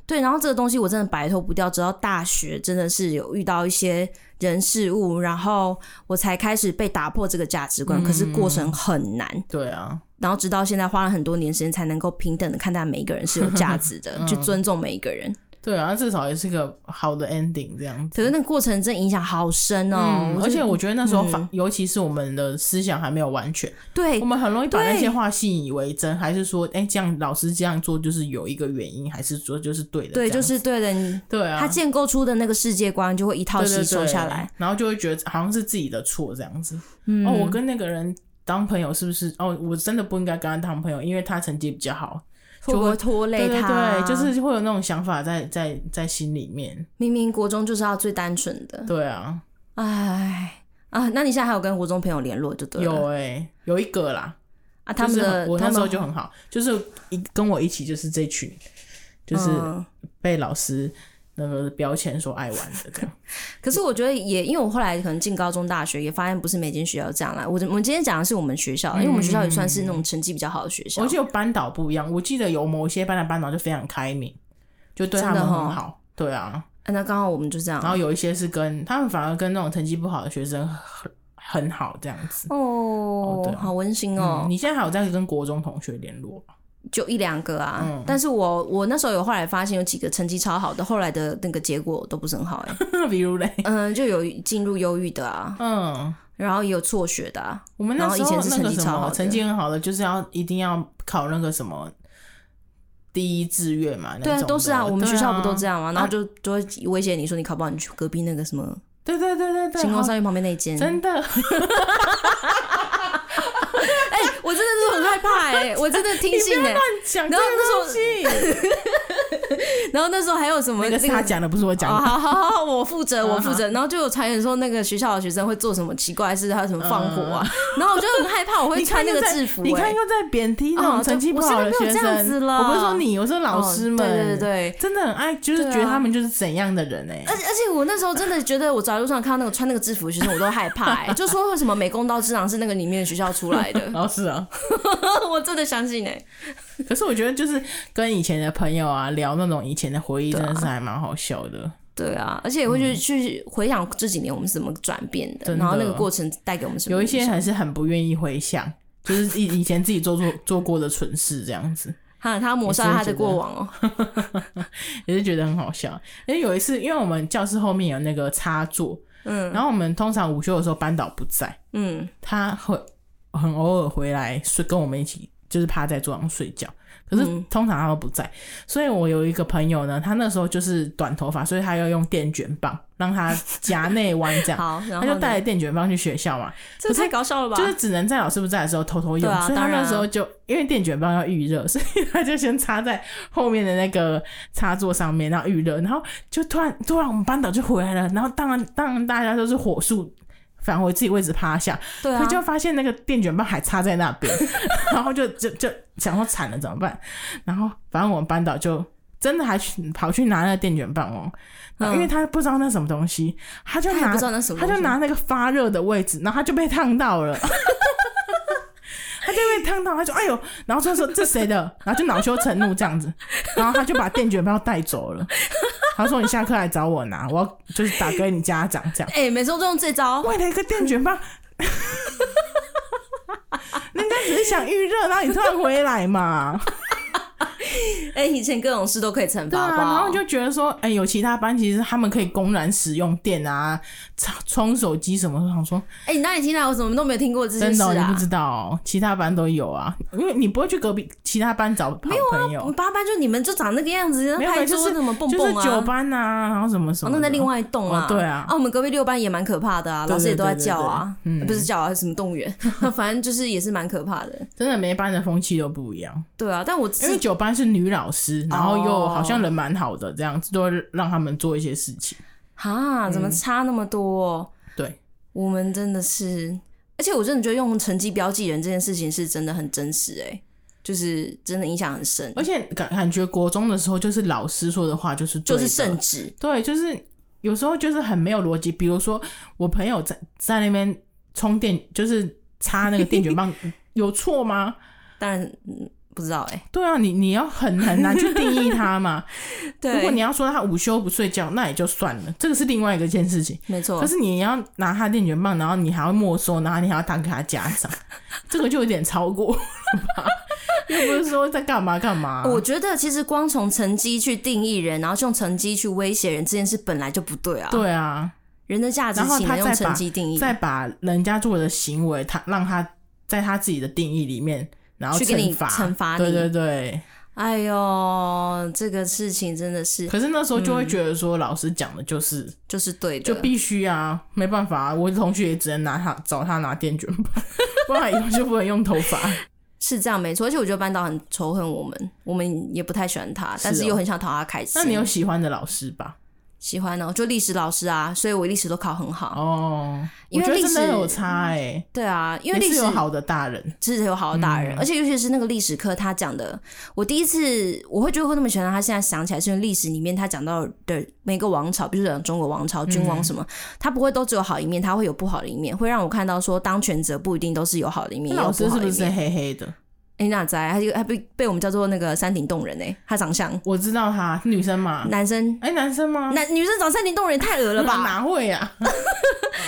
S1: 对，然后这个东西我真的摆脱不掉，直到大学真的是有遇到一些人事物，然后我才开始被打破这个价值
S2: 嗯
S1: 观。可是过程很难，
S2: 对啊，
S1: 然后直到现在花了很多年时间，才能够平等的看待每一个人是有价值
S2: <laughs>
S1: 的，
S2: 嗯
S1: 去尊重每一个人。
S2: 对啊，至少也是个好的 ending 这样子。
S1: 可是那个过程真的影响好深哦，
S2: 嗯，
S1: 就嗯
S2: 而且我觉得那时候反，尤其是我们的思想还没有完全，
S1: 对
S2: 我们很容易把
S1: 对
S2: 那些话信以为真，还是说，哎、这样老师这样做就是有一个原因，还是说就是对的？
S1: 对，
S2: 这样
S1: 就是对的，你
S2: 对啊，
S1: 他建构出的那个世界观就会一套
S2: 对对哦
S1: 吸收
S2: 对
S1: 下来。
S2: 然后就会觉得好像是自己的错这样子。
S1: 嗯
S2: 哦，我跟那个人当朋友是不是？哦，我真的不应该跟他当朋友，因为他成绩比较好。
S1: 会不会拖累
S2: 对对
S1: 他？
S2: 对，就是会有那种想法在在在心里面。
S1: 明明国中就是要最单纯的，
S2: 对啊，
S1: 唉啊！那你现在还有跟国中朋友联络就对了，
S2: 有哎、有一个啦，
S1: 啊？他们
S2: 就是
S1: 的
S2: 我
S1: 他
S2: 那时候
S1: 们
S2: 就很好，就是一跟我一起就是这群，就是
S1: 嗯
S2: 被老师那个标签说爱玩的
S1: <laughs>
S2: 这样。
S1: 可是我觉得也，因为我后来可能进高中、大学也发现，不是每间学校这样啦。我我们今天讲的是我们学校，因为我们学校也算是那种成绩比较好的学校
S2: 而。且有班导不一样，我记得有某些班的班导就非常开明，就对他们
S1: 真
S2: 很
S1: 的哦
S2: 好。对啊，
S1: 啊那刚好我们就这样
S2: 然。后有一些是跟他们反而跟那种成绩不好的学生很很好这样子。哦
S1: 哦
S2: 对，啊
S1: 好温馨哦
S2: 嗯，，你现在还有在跟国中同学联络吗？ <laughs>
S1: 就一两个啊
S2: 嗯。
S1: 但是我我那时候有后来发现有几个成绩超好的，后来的那个结果都不是很好
S2: <laughs>
S1: 哎。
S2: 比如嘞，
S1: 嗯，就有进入忧郁的啊，
S2: 嗯，
S1: 然后也有辍学的啊。
S2: 我们那
S1: 然后
S2: 时
S1: 以
S2: 候
S1: 前是
S2: 那个
S1: 成绩
S2: 什
S1: 超好
S2: 么
S1: 的
S2: 成绩很好的，就是要一定要考那个什么第一志愿嘛，那
S1: 对啊，
S2: 种
S1: 都是啊，
S2: 的
S1: 我们学校不都这
S2: 对啊
S1: 样吗？然后就就会威胁你说你考不好，你去隔壁那个什么
S2: 对对对对对，
S1: 星光
S2: 好
S1: 三院旁边那一间。
S2: 真的，
S1: 哎、我真的是很害
S2: <laughs>
S1: 怕哎、我真的听信哎、
S2: 讲
S1: 然后那
S2: 这个
S1: <laughs>
S2: 东西，
S1: 然后那时候还有什么
S2: 那个是他讲的，不是我
S1: 哦，
S2: 讲的。嗯
S1: 好好好，我负责，我负责。然后就有传言说，那个学校的学生会做什么奇怪的事，还有什么放火啊。 <laughs> 然后我就很害怕，我会
S2: 嗯你
S1: 穿
S2: 看
S1: 那
S2: 又
S1: 个
S2: 在
S1: 制服、
S2: 你
S1: 哎
S2: 看又在贬低那
S1: 哦
S2: 种成绩不好的
S1: 对我
S2: 学
S1: 现在没有这样子
S2: 生。
S1: 了
S2: 我不是说你，我说老
S1: 哦
S2: 师们，
S1: 对对对啊对。
S2: 真的很爱，就是
S1: 对啊
S2: 觉得他们就是怎样的人哎、
S1: 而且而且我那时候真的觉得，我走在路上看到那个穿那个制服的学生，我都害怕、哎，就说为什么美工刀之狼是那个里面的学校出来
S2: <laughs>
S1: 的，
S2: 然后是啊，
S1: 我真的相信哎、
S2: 可是我觉得就是跟以前的朋友啊聊那种以前的回忆，
S1: 对
S2: 真
S1: 啊
S2: 的是还蛮好笑的。
S1: 对啊，而且也会去去回想这几年我们是怎么转变的，
S2: 嗯真的
S1: 然后那个过程带给我们什么
S2: 有一
S1: 影
S2: 些
S1: 响
S2: 还是很不愿意
S1: <laughs>
S2: 回想，就是以以前自己做做做过的蠢事这样子。
S1: 哈，他抹杀他的过往哦、
S2: 也是觉得很好笑。因为有一次，因为我们教室后面有那个插座，嗯，然后我们通常午休的时候班导不在，
S1: 嗯，
S2: 他会很偶尔回来睡，跟我们一起就是趴在桌上睡觉。可是
S1: 嗯
S2: 通常他都不在，所以我有一个朋友呢，他那时候就是短头发，所以他要用电卷棒让他夹内弯这
S1: <laughs>
S2: 样，
S1: 好，然
S2: 他
S1: 后
S2: 就带
S1: 呢
S2: 了电卷棒去学校嘛，
S1: 这太搞笑了吧？
S2: 就是只能在老师不在的时候偷偷
S1: 啊对
S2: 用，
S1: 啊
S2: 所以他
S1: 当然啊
S2: 那时候就因为电卷棒要预热， <laughs> 所以他就先插在后面的那个插座上面，然后预热，然后就突然突然我们班导就回来了，然后当然当然大家都是火速。返回自己位置趴下，
S1: 对
S2: 他、
S1: 啊，
S2: 就发现那个电卷棒还插在 <laughs> 那边，然后就就就想说惨了怎么办？然后反正我们班导就真的还去跑去拿那个电卷棒哦，然后因为他不知道那什么东西，他就
S1: 嗯他也
S2: 拿
S1: 不知道那什么
S2: 他
S1: 东西
S2: 就拿那个发热的位置，然后他就被烫
S1: <laughs>
S2: 到了，他就被烫到，他就哎呦，然后就说这谁的，然后就恼羞成怒这样子，然后他就把电卷棒带走了，他说你下课来找我拿，我要就是打给你家长
S1: <laughs>
S2: 这样，
S1: 哎、每周都用这招， <laughs>
S2: 为了一个电卷棒。 <laughs> 人家只是想预热，然后你突然回来嘛，
S1: 哎、以前各种事都可以惩
S2: 对
S1: 罚，
S2: 啊，
S1: 好不好
S2: 然后就觉得说，哎、有其他班其实他们可以公然使用电啊、冲冲手机什么，我想说
S1: 哎、你哪里听来？我怎么都没有听过这件
S2: 真
S1: 事
S2: 的、哦，你
S1: 啊
S2: 不？知道、哦，其他班都有啊，因为你不会去隔壁其他班找好朋
S1: 我
S2: 友
S1: 们，八班就你们就长那个样子，
S2: 没有
S1: 拍
S2: 就
S1: 桌
S2: 是
S1: 怎么蹦
S2: 就是
S1: 蹦啊？
S2: 九班啊，然后什么什
S1: 哦，
S2: 么的、
S1: 那在另外一栋啊、
S2: 哦对啊
S1: 啊，我们隔壁六班也蛮可怕的啊，
S2: 对
S1: 老师也
S2: 对
S1: 都在
S2: 对
S1: 叫啊，
S2: 对对嗯
S1: 不是叫啊，什么动员， <laughs> 反正就是也是蛮可怕的。
S2: 真的每一班的风气都不一样，
S1: 对啊，但我
S2: 因为
S1: 是
S2: 九班是女老师，然后又
S1: 哦
S2: 好像人蛮好的，这样子都会让他们做一些事情。
S1: 啊，
S2: 嗯
S1: 怎么差那么多、
S2: 对，
S1: 我们真的是，而且我真的觉得用成绩标记人这件事情是真的很真实、哎，就是真的影响很深，
S2: 而且感感觉国中的时候，就是老师说的话就是对
S1: 就
S2: 的
S1: 是圣旨。
S2: 对，就是有时候就是很没有逻辑。比如说，我朋友在在那边充电，就是插那个电卷
S1: <laughs>
S2: 棒，有错吗？
S1: 当然嗯不知道哎、
S2: 对啊，你你要很很难去定义它嘛。如
S1: <laughs>
S2: 果
S1: 对，
S2: 你要说他午休不睡觉，那也就算了，这个是另外一个件事情。
S1: 没错
S2: 可。是你要拿他电卷棒，然后你还要没收，然后你还要打给他家
S1: <laughs>
S2: 长，这个就有点超过了吧？又不是说在干嘛干嘛、
S1: 啊我觉得其实光从成绩去定义人，然后用成绩去威胁人这件事本来就不对啊。，
S2: 对啊，
S1: 人的价值
S2: 然后
S1: 岂
S2: 他
S1: 能用
S2: 再把
S1: 成绩定义？
S2: 再把人家做的行为，他让他在他自己的定义里面，然后
S1: 去给你
S2: 惩罚
S1: 惩罚你
S2: 对对对。
S1: 哎呦，这个事情真的是
S2: 可是那时候就
S1: 嗯
S2: 会觉得说，老师讲的就是、
S1: 就是对
S2: 就
S1: 的，
S2: 必须啊，没办法、啊，我同学也只能拿他找他拿电卷棒， <laughs> 不然以后就不能用头发。
S1: 是这样没错。而且我觉得班导很仇恨我们，我们也不太喜欢他，但
S2: 是
S1: 是
S2: 哦
S1: 又很想讨他开心。
S2: 那你有喜欢的老师吧？
S1: 喜欢哦呢？就历史老师啊，所以我历史都考很好。
S2: 哦，
S1: 因为
S2: 我觉得
S1: 历
S2: 真
S1: 史
S2: 的有差哎、
S1: 对啊，因为
S2: 也
S1: 历
S2: 是
S1: 史
S2: 有好的嗯大人，
S1: 是有好的大人，而且尤其是那个历史课，他讲的，我第一次我会觉得会那么喜欢他，现在想起来是因为历史里面他讲到的每个王朝，比如讲中国王朝、
S2: 嗯
S1: 君王什么，他不会都只有好一面，他会有不好的一面，会让我看到说当权者不一定都是有好的一面，
S2: 那
S1: 也有
S2: 老师
S1: 不好
S2: 是
S1: 的
S2: 不
S1: 一
S2: 是
S1: 面。
S2: 黑黑的？
S1: 哎，哪在？他就他被被我们叫做那个山顶洞人哎、他长相
S2: 我知道他女生嘛，
S1: 男生。
S2: 哎、男生吗？
S1: 男女生长山顶洞人也太 <laughs> 恶了
S2: <laughs>
S1: 吧！
S2: 哪会呀、啊？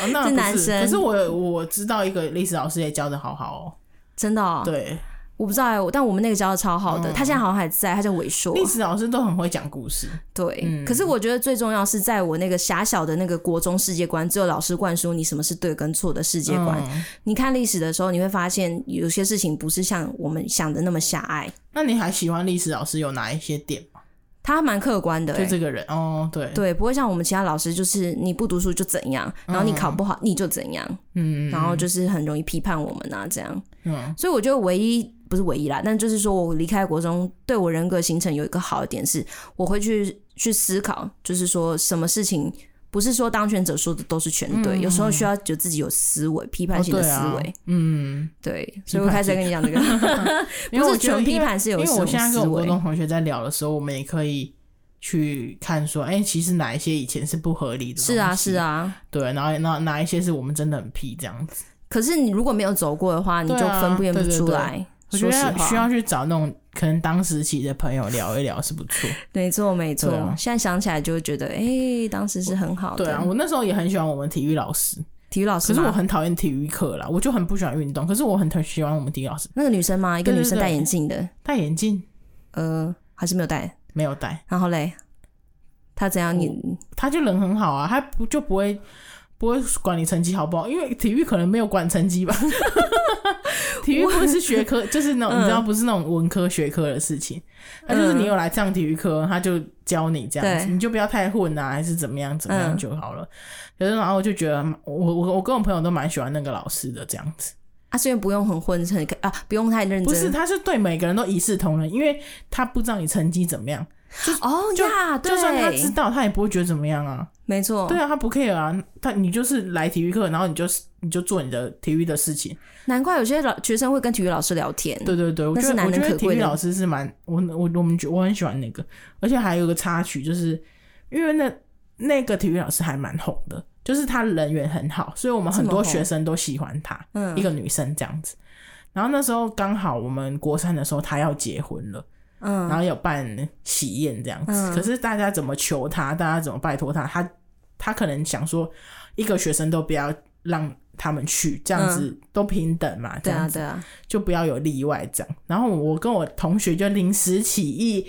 S2: 哦那
S1: 是
S2: 不
S1: 男生
S2: 可是我我知道一个历史老师也教的好好哦。
S1: 真的、哦，
S2: 对，
S1: 我不知道哎、但我们那个教的超好
S2: 嗯
S1: 的，他现在好像还在，他叫伟硕。
S2: 历史老师都很会讲故事。
S1: 对，
S2: 嗯
S1: 可是我觉得最重要是在我那个狭小的那个国中世界观，只有老师灌输你什么是对跟错的世界观。
S2: 嗯
S1: 你看历史的时候，你会发现有些事情不是像我们想的那么狭隘，
S2: 那你还喜欢历史老师有哪一些点吗？
S1: 他还蛮客观的、
S2: 就
S1: 欸。
S2: 这个人哦，对，
S1: 对，不会像我们其他老师，就是你不读书就怎样，然后你考不好你就怎样，
S2: 嗯，
S1: 然后就是很容易批判我们啊，这样。
S2: 嗯，
S1: 所以我觉得唯一不是唯一啦，但就是说我离开国中，对我人格形成有一个好的点是，我会去去思考，就是说什么事情不是说当权者说的都是全对，有时候需要有自己有思维，批判
S2: 嗯哦
S1: 性的
S2: 对
S1: 思
S2: 啊
S1: 维。，
S2: 嗯，
S1: 对，所以我开始在跟你讲这个，
S2: <laughs> 因为
S1: 不 <laughs>
S2: 我
S1: 是
S2: 觉得
S1: 全批
S2: 因为
S1: 判，是
S2: 因
S1: 有
S2: 为
S1: 思
S2: 我现在
S1: 思
S2: 跟我国
S1: 维。
S2: 中同学在聊的时候，我们也可以去看说，哎、其实哪一些以前是不合理的，
S1: 是啊，是，啊。
S2: 对，然后哪哪一些是我们真的很屁这样子，
S1: 可是你如果没有走过的话，你
S2: 对
S1: 就
S2: 啊
S1: 分辨不
S2: 对对
S1: 出
S2: 对
S1: 来。
S2: 我觉
S1: 说实
S2: 得需要
S1: 话，
S2: 去找那种可能当时期的朋友聊一聊是不错。
S1: 没错没错
S2: 对啊。
S1: 现在想起来就会觉得，哎、当时是很好的。
S2: 对啊，我那时候也很喜欢我们体育老师，
S1: 体育老
S2: 可
S1: 师
S2: 是我
S1: 吗？
S2: 很讨厌体育课啦，我就很不喜欢运动，可是我很很喜欢我们体育老师。
S1: 那个女生吗？一个
S2: 对对
S1: 女生
S2: 对
S1: 戴眼镜的。
S2: 戴眼镜
S1: 呃，还是没有带。
S2: 没有戴，
S1: 然后嘞，他怎样？你
S2: 他就人很好啊，他不就不会不会管你成绩好不好，因为体育可能没有管
S1: <laughs>
S2: 成绩吧。体育不是学科，就是那种、你知道不是那种文科学科的事情，那就是你有来上体育课，他就教你这样子，
S1: 对
S2: 你就不要太混啊，还是怎么样怎么样
S1: 嗯
S2: 就好了。可是然后我就觉得我我我跟我朋友都蛮喜欢那个老师的这样子。
S1: 啊，虽然不用很混，很啊，不用太认真。
S2: 不是，他是对每个人都一视同仁，因为他不知道你成绩怎么样，
S1: 哦
S2: 就
S1: 呀，
S2: 就算他知
S1: 对，
S2: 道，他也不会觉得怎么样啊。
S1: 没错
S2: 对，啊，他不 care 啊，他你就是来体育课，然后你就是你就做你的体育的事情。
S1: 难怪有些老学生会跟体育老师聊天。
S2: 对对对，我
S1: 嗯那是
S2: 觉得
S1: 难
S2: 我觉
S1: 能
S2: 得
S1: 可
S2: 体
S1: 贵
S2: 育
S1: 的
S2: 老师是蛮我我我们觉我很喜欢那个，而且还有一个插曲，就是因为那那个体育老师还蛮红的，就是他人缘很好，所以我们很多
S1: 这么红
S2: 学生都喜欢他，
S1: 嗯
S2: 一个女生这样子。然后那时候刚好我们国三的时候，他要结婚了，然
S1: 嗯，
S2: 后有办喜宴这样子。
S1: 嗯
S2: 可是大家怎么求他，大家怎么拜托他，他他可能想说，一个学生都不要让他们去，这样子、都平等嘛，这
S1: 对
S2: 样
S1: 啊嗯
S2: 子
S1: 对啊，
S2: 就不要有例外这样。然后我跟我同学就临时起意，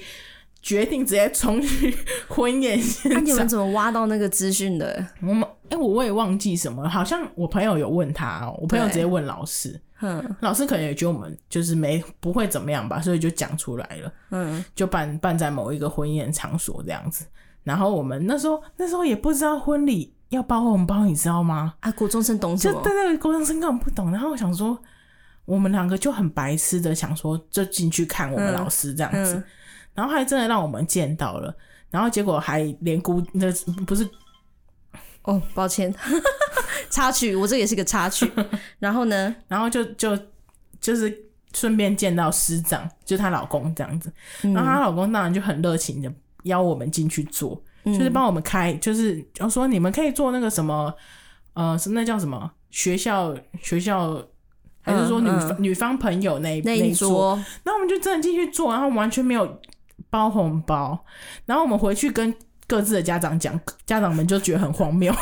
S2: 决定直接冲去婚宴现
S1: 那、啊
S2: <laughs>
S1: 你
S2: 场。
S1: 们怎么挖到那个资讯的？
S2: 我们哎、我我也忘记什么了，好像我朋友有问他哦、我朋友
S1: 对
S2: 直接问老师，
S1: 嗯
S2: 老师可能也觉得我们就是没不会怎么样吧，所以就讲出来了，
S1: 嗯，
S2: 就办办在某一个婚宴场所这样子。然后我们那时候那时候也不知道婚礼要包红包，你知道吗？
S1: 啊，国中生懂什
S2: 就
S1: 么
S2: 对？那个高中生根本不懂。然后我想说，我们两个就很白痴的想说，就进去看我们
S1: 嗯
S2: 老师这样子，
S1: 嗯，
S2: 然后还真的让我们见到了，然后结果还连姑那不是
S1: 哦，抱歉， <laughs> 插曲，我这也是个插
S2: <laughs>
S1: 曲。然后呢，
S2: 然后就就就是顺便见到师长，就她老公这样子。然后
S1: 嗯
S2: 她老公当然就很热情的邀我们进去坐，
S1: 嗯
S2: 就是帮我们开，就是就说你们可以做那个什么，呃，是那叫什么学校学校。还是说女、
S1: 嗯
S2: 女方朋友那一
S1: 那
S2: 一
S1: 一
S2: 桌，
S1: 桌，
S2: 那我们就真的进去做，然后完全没有包红包，然后我们回去跟各自的家长讲，家长们就觉得很荒谬，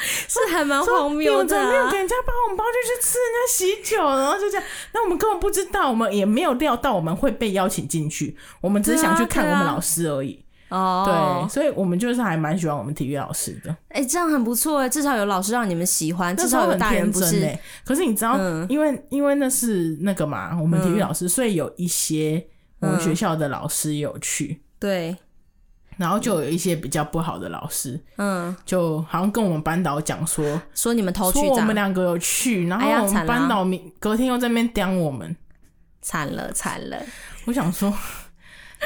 S1: 是还蛮
S2: 说
S1: 荒
S2: 你
S1: 谬
S2: 们怎
S1: 的、
S2: 么没有
S1: 啊
S2: 给。人家包红包就去吃人家喜酒，然后就这样，那我们根本不知道，我们也没有料到我们会被邀请进去，我们只是
S1: 对啊
S2: 想去看
S1: 对
S2: 我
S1: 啊
S2: 们老师而已，对
S1: 哦，
S2: 所以我们就是还蛮喜欢我们体育老师的，
S1: 哎、这样很不错哎，至少有老师让你们喜欢，
S2: 那
S1: 至
S2: 时候
S1: 少有
S2: 很
S1: 大人
S2: 天
S1: 不
S2: 真
S1: 是
S2: 哎、可是你知道，
S1: 嗯
S2: 因为因为那是那个嘛，我们体育老师，所以有一些我们
S1: 嗯
S2: 学校的老师有去。
S1: 对，
S2: 然后就有一些比较不好的老师，
S1: 嗯，
S2: 就好像跟我们班导讲说，
S1: 说你们偷去
S2: 说我
S1: 长
S2: 们，两个有去，然后
S1: 哎呀
S2: 我
S1: 惨
S2: 们
S1: 了啊
S2: 班导明隔天又在那边刁我们。
S1: 惨了惨了，
S2: 我想说， <laughs>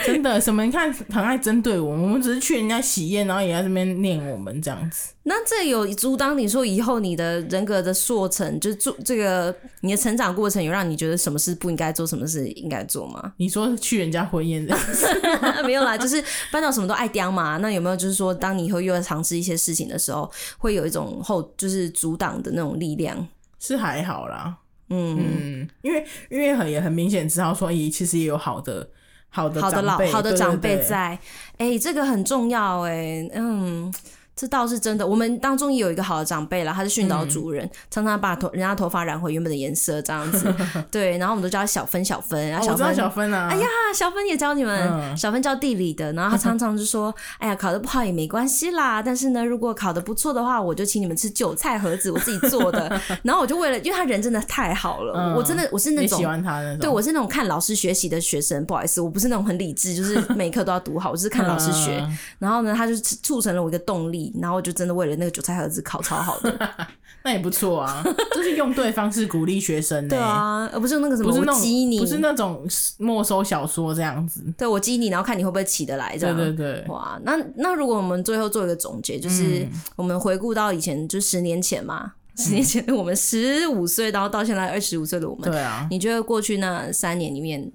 S2: 真的什么？你看很爱针对我们，我们只是去人家喜宴，然后也在这边念我们这样子。
S1: 那这有阻挡你说以后你的人格的塑成，就是做这个你的成长过程，有让你觉得什么事不应该做，什么事应该做吗？ <laughs>
S2: 你说去人家婚宴这 <laughs> 样，
S1: 没有啦，就是班长什么都爱刁嘛。那有没有就是说，当你以后又要尝试一些事情的时候，会有一种后就是阻挡的那种力量？
S2: 是还好啦，
S1: 嗯，
S2: 嗯，因为因为很也很明显知道说，咦，其实也有好的好的
S1: 好的老
S2: 长辈
S1: 好的
S2: 对对
S1: 长辈
S2: 对
S1: 在，哎、这个很重要哎、嗯。这倒是真的，我们当中也有一个好的长辈啦，他是训
S2: 嗯
S1: 导主任，常常把头人家头发染回原本的颜色这样
S2: <laughs>
S1: 子，对，然后我们都叫他小芬，小芬，然
S2: 哦
S1: 后
S2: 我
S1: 小
S2: 知道
S1: 芬，
S2: 小芬啊，
S1: 哎呀，小芬也教你们，
S2: 嗯
S1: 小芬教地理的，然后她常常就说：“哎呀，考得不好也没关系啦，但是呢，如果考得不错的话，我就请你们吃韭菜盒子，我自己做的。” <laughs> 然后我就为了，因为她人真的太好了，
S2: 嗯
S1: 我真的我是那
S2: 你喜
S1: 种。
S2: 欢他那种，
S1: 对，我是那种看老师学习的学生，不好意思，我不是那种很理智，
S2: <laughs>
S1: 就是每一科都要读好，我就是看老师学。
S2: 嗯
S1: 然后呢，他就促成了我一个动力，然后我就真的为了那个韭菜盒子考超好
S2: <laughs> 啊
S1: 的。
S2: 那也不
S1: <laughs>
S2: 错啊，就是用对方式鼓励学生、欸。
S1: 对，啊，而不是那个什么
S2: 不是那
S1: 我激
S2: 种
S1: 你，
S2: 不是那种没收小说这样子。
S1: 对我激你，然后看你会不会起得来这
S2: 对
S1: 样。
S2: 对对，嗯
S1: 哇，那那如果我们最后做一个总结，就是我们回顾到以前，就十年前嘛，十年前的我们十五岁，然后到现在二十五岁的我们，
S2: 对啊，
S1: 你觉得过去那三年里面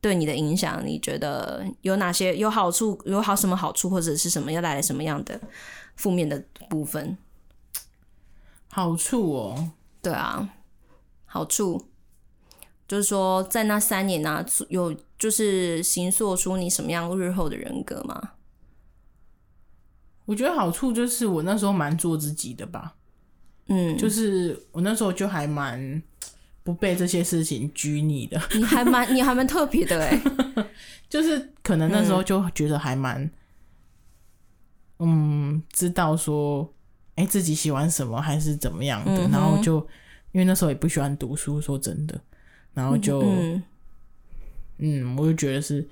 S1: 对你的影响，你觉得有哪些有好处，有好什么好处，或者是什么要带来什么样的负面的部分？
S2: 好处哦，
S1: 对啊，好处就是说在那三年呢、有就是形塑出你什么样日后的人格吗？
S2: 我觉得好处就是我那时候蛮做自己的吧，
S1: 嗯，
S2: 就是我那时候就还蛮不被这些事情拘泥的，
S1: 你还蛮你还蛮特 <laughs> 别的哎、
S2: 就是可能那时候
S1: 嗯
S2: 就觉得还蛮，嗯，知道说，哎、自己喜欢什么还是怎么样的，
S1: 嗯哼
S2: 然后就因为那时候也不喜欢读书，说真的，然后就。
S1: 嗯，
S2: 嗯，我就觉得是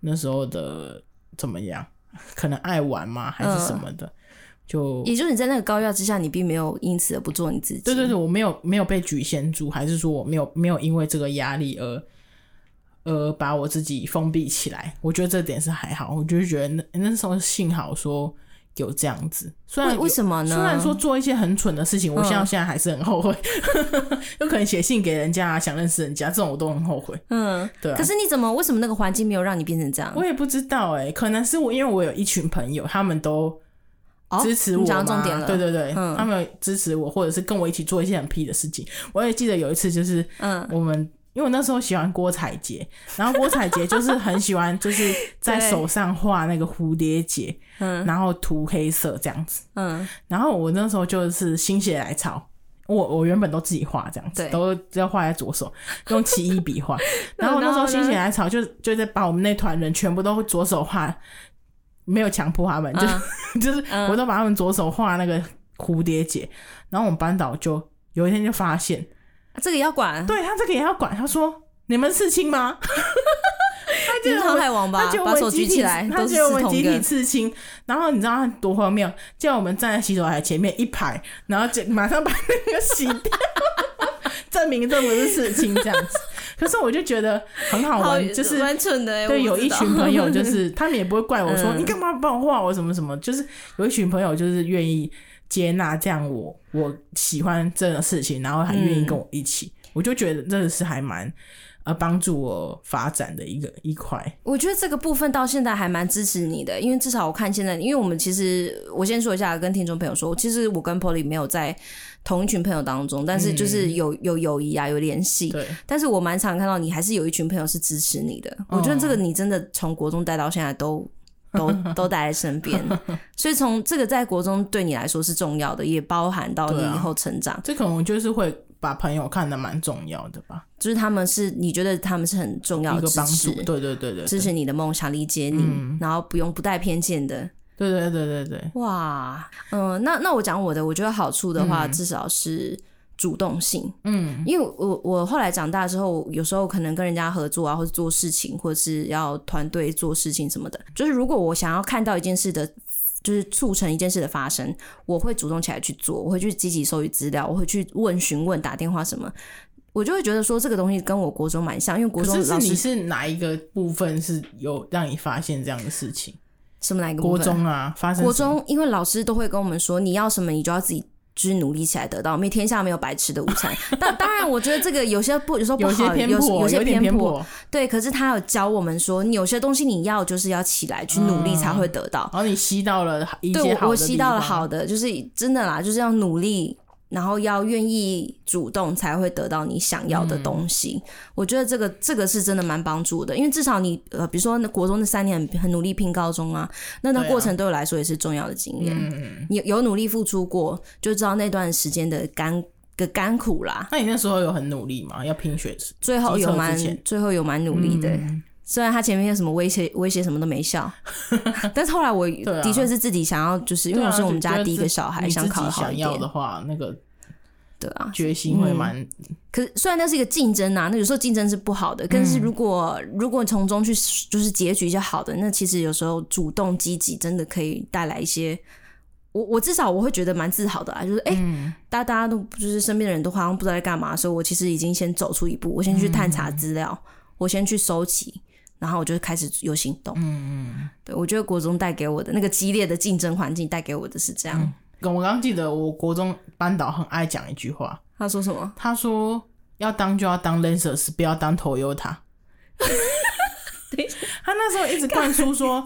S2: 那时候的怎么样，可能爱玩嘛，还是什么的，就
S1: 也哎就是你在那个高压之下，你并没有因此而不做你自己。
S2: 对对对，我没有没有被局限住，还是说我没有没有因为这个压力而而把我自己封闭起来？我觉得这点是还好，我就是觉得那那时候幸好说有这样子。虽然
S1: 为为
S2: 么？
S1: 什么呢？
S2: 虽然说做一些很蠢的事情，我
S1: 嗯
S2: 现在现在还是很后悔， <laughs> 有可能写信给人家、啊，想认识人家，这种我都很后悔。
S1: 嗯，
S2: 对啊
S1: 可，是嗯你怎么为什么那个环境没有让你变成这样？
S2: 我也不知道哎、可能是我因为我有一群朋友，他们都
S1: 哦，
S2: 支持我、
S1: 你
S2: 嘛，
S1: 讲到重点了，
S2: 对，对对，
S1: 嗯
S2: 他们有支持我，或者是跟我一起做一些很屁的事情。我也记得有一次，就是
S1: 嗯，
S2: 我们。因为我那时候喜欢郭采洁，然后郭采洁就是很喜欢，
S1: <laughs>
S2: 就是在
S1: 对
S2: 手上画那个蝴蝶结，
S1: 嗯
S2: 然后涂黑色这样子。
S1: 嗯，
S2: 然后我那时候就是心血来潮，我我原本都自己画这样子
S1: 对，
S2: 都只要画在左手，用奇异
S1: <laughs>
S2: 笔画。然后我那时候心血来潮就，就在把我们那团人全部都左手画，没有强迫他们，就、就是
S1: 嗯
S2: 我都把他们左手画那个蝴蝶结。然后我们班导就有一天就发现，
S1: 这个要管，
S2: 对他这个也要管，他说你们刺青吗？ <laughs> 他
S1: 你
S2: 就是
S1: 航海王吧
S2: 他觉？得我
S1: 把手
S2: 们
S1: 举
S2: 集
S1: 起
S2: 体，
S1: 来，
S2: 他
S1: 都是
S2: 觉得我
S1: 刺
S2: 们
S1: 同
S2: 集体
S1: 根，
S2: 刺青。然后你知道他多荒谬？叫我们站在洗手台前面一排，然后就马上把那个洗掉， <laughs> 证明这不是刺青这样子。可是我就觉得很好玩，就是
S1: 蛮蠢的欸。
S2: 对，
S1: 我
S2: 有
S1: 不
S2: 一
S1: 知道
S2: 群
S1: <laughs>
S2: 朋友，就是他们也不会怪我说、
S1: 嗯
S2: 你干嘛帮我画我什么什么，就是有一群朋友就是愿意接纳这样我我喜欢这个事情，然后还愿意
S1: 嗯
S2: 跟我一起，我就觉得真的是还蛮呃帮助我发展的一个一块。
S1: 我觉得这个部分到现在还蛮支持你的，因为至少我看现在，因为我们其实我先说一下，跟听众朋友说，其实我跟 Polly 没有在同一群朋友当中，但是就是有、有友谊啊，有联系。
S2: 对，
S1: 但是我蛮常看到你还是有一群朋友是支持你的，
S2: 哦
S1: 我觉得这个你真的从国中带到现在都。
S2: <laughs>
S1: 都都带在身边，所以从这个在国中对你来说是重要的，也包含到你
S2: 对啊
S1: 以后成长，
S2: 这可能就是会把朋友看得蛮重要的吧，
S1: 就是他们是你觉得他们是很重要
S2: 一
S1: 的
S2: 个
S1: 支
S2: 帮助
S1: 持，。
S2: 对嗯对对对，
S1: 支持你的梦想，理解你，然后不用不带偏见的。
S2: 对对对对对，
S1: 哇，嗯、那那我讲我的，我觉得好处的
S2: 嗯
S1: 话，至少是主动性。嗯，因为我我后来长大之后，有时候可能跟人家合作啊，或者做事情，或者是要团队做事情什么的，就是如果我想要看到一件事的。就是促成一件事的发生，我会主动起来去做，我会去积极收集资料，我会去问询问、打电话什么，我就会觉得说这个东西跟我国中蛮像，因为国
S2: 可
S1: 中
S2: 是是
S1: 老
S2: 你
S1: 师
S2: 是哪一个部分是有让你发现这样的事情？
S1: 什么哪一个部
S2: 国
S1: 分
S2: 中啊，发生
S1: 国
S2: 什么
S1: 中，因为老师都会跟我们说，你要什么，你就要自己。就是努力起来得到，因为天下没有白吃的午餐。 <laughs> 但当然，我觉得这个有些不，有时候不
S2: 有些
S1: 好，
S2: 偏
S1: 有
S2: 颇，
S1: 有些
S2: 点
S1: 偏
S2: 偏
S1: 颇。
S2: 颇。
S1: 对，可是他有教我们说，你有些东西你要就是要起来去努力
S2: 嗯
S1: 才会得到。
S2: 然后你吸到了一些
S1: 对
S2: 好的
S1: 我，我吸到了
S2: 地方
S1: 好，的，就是真的啦，就是要努力，然后要愿意主动，才会得到你想要
S2: 嗯
S1: 的东西。我觉得这个这个是真的蛮帮助的，因为至少你呃，比如说那国中那三年很很努力拼高中啊，那段
S2: 对啊
S1: 过程对我来说也是重要的经验。
S2: 嗯，
S1: 你有努力付出过，就知道那段时间的甘的甘苦啦。
S2: 那你那时候有很努力吗？要拼学制，
S1: 最后有蛮
S2: 机测之前
S1: 最后有蛮努力的，虽然他前面有什么威胁威胁什么都没笑，但是后来我
S2: 啊
S1: 的确是自己想要，就是因为
S2: 对啊
S1: 我是我们
S2: 就
S1: 家
S2: 觉得
S1: 第一个小孩，
S2: 你自
S1: 想考
S2: 己
S1: 得好
S2: 想
S1: 一
S2: 要的
S1: 点，
S2: 话，那个
S1: 对啊。
S2: 决心会蛮
S1: 可是虽然那是一个竞争啊，那有时候竞争是不好的，但是如果、如果从中去就是结局是好的，那其实有时候主动积极真的可以带来一些，我我至少我会觉得蛮自豪的啊，就是哎、大家大家都就是身边的人都好像不知道在干嘛，所以我其实已经先走出一步，我先去探查资料，我先去收集，然后我就开始有行动。嗯嗯，对我觉得国中带给我的那个激烈的竞争环境带给我的是这样。
S2: 我刚记得，我国中班导很爱讲一句话，
S1: 他说什么？
S2: 他说要当就要当 Lancers，不要
S1: <laughs>
S2: 当 Toyota。他那时候一直灌
S1: <laughs>
S2: 输说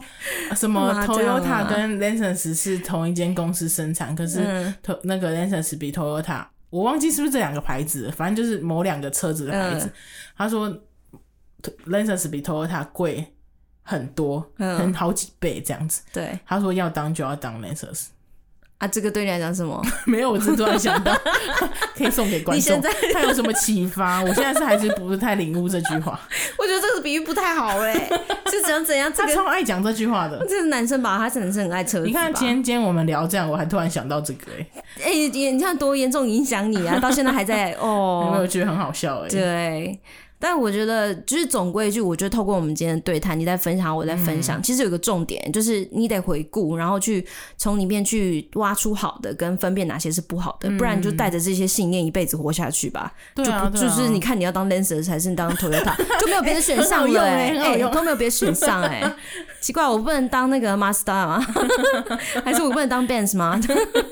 S2: 呃什么
S1: 干嘛这样啊
S2: Toyota 跟 Lancers 是同一间公司生产，可是
S1: 嗯
S2: To 那个 Lancers 比 Toyota，我忘记是不是这两个牌子了，反正就是某两个车子的牌子。
S1: 嗯
S2: 他说 To- Lancers 比 Toyota 贵很多，
S1: 嗯
S2: 很好几倍这样子。
S1: 对
S2: 他说要当就要当 Lancers，
S1: 啊，这个对你来讲是什么？
S2: <laughs> 没有，我只是突然想到，可以送给观
S1: 你现在。
S2: 众他有什么启发？我现在是还是不是太领悟这句话？
S1: <laughs> 我觉得这个比喻不太好
S2: <laughs>
S1: 哎、是怎样怎样？这
S2: 他
S1: 个
S2: 超爱讲这句话的。
S1: 这个男生吧，他是男生很爱车子吧。
S2: 你看，今天今天我们聊这样，我还突然想到这个、欸，
S1: 哎、你
S2: <laughs>
S1: 你看多严重影响你啊！到现在还在
S2: 哎，有没
S1: 哦
S2: 有，觉得很好笑、欸？哎，
S1: 对。但我觉得，就是总归一句，我觉得透过我们今天的对谈，你在分享，我在分
S2: 嗯
S1: 享，其实有一个重点，就是你得回顾，然后去从里面去挖出好的，跟分辨哪些是不好
S2: 嗯
S1: 的，不然你就带着这些信念一辈子活下去吧。
S2: 对
S1: 就
S2: 啊，
S1: 不
S2: 对啊
S1: 就是你看你要当 Lancer 还是当
S2: <laughs>
S1: Toyota，就没有别的选项了、欸，
S2: 哎很好用欸很好用
S1: 都没有别的选项哎、
S2: <laughs>
S1: 奇怪，我不能当那个 Mazda 吗？还是我不能当 Benz 吗？
S2: <laughs>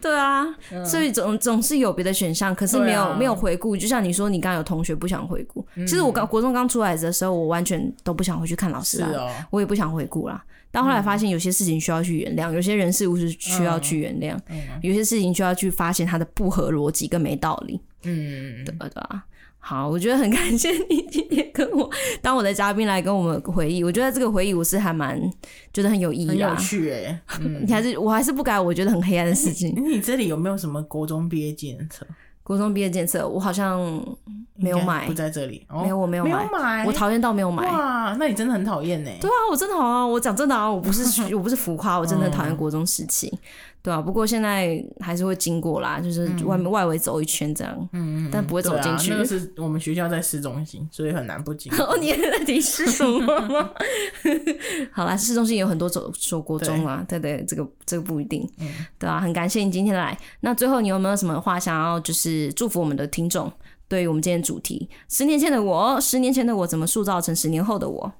S1: 对啊，所以总总是有别的选项，可是没有、
S2: 嗯对啊嗯
S1: 没有回顾。就像你说，你刚刚有同学不想回顾，其实我刚国中刚出来的时候，我完全都不想回去看老师
S2: 是
S1: 啊，
S2: 哦，嗯
S1: 我也不想回顾啦。但后来发现有些事情需要去原谅，有些人事物是需要去原谅，
S2: 嗯
S1: 有些事情需要去发现它的不合逻辑跟没道理。
S2: 嗯，
S1: 对吧？对吧？好，我觉得很感谢你今天跟我当我的嘉宾来跟我们回忆，我觉得这个回忆我是还蛮觉得很有意
S2: 很
S1: 义
S2: 有
S1: 啦。
S2: 趣哎。
S1: 你还是我还是不改，我觉得很黑暗的事情。
S2: 你这里有没有什么国中毕业纪念册？
S1: 国中毕业检测，我好像没有
S2: 应该
S1: 买
S2: 不，在这里。哦
S1: 没有，我没有
S2: 没
S1: 买
S2: 有，买，
S1: 我讨厌到没有买。
S2: 哇，那你真的很讨厌呢。
S1: 对啊，我真的好啊，我讲真的啊，我不
S2: <laughs>
S1: 是我不是浮夸，我真的讨
S2: 嗯
S1: 厌国中时期。对啊，不过现在还是会经过啦，就是
S2: 嗯
S1: 外面外围走一圈这样，嗯，但不会走
S2: 对
S1: 进
S2: 啊，
S1: 去。
S2: 那个是我们学校在市中心，所以很难
S1: <laughs>
S2: 不经过。
S1: 哦，你也在提示什么吗？ <laughs> 好啦，市中心有很多走走国中啦，对对，这个这个不一定，
S2: 嗯
S1: 对啊，很感谢你今天来。那最后你有没有什么话想要就是祝福我们的听众？对于我们今天的主题，十年前的我，十年前的我怎么塑造成十年后的我？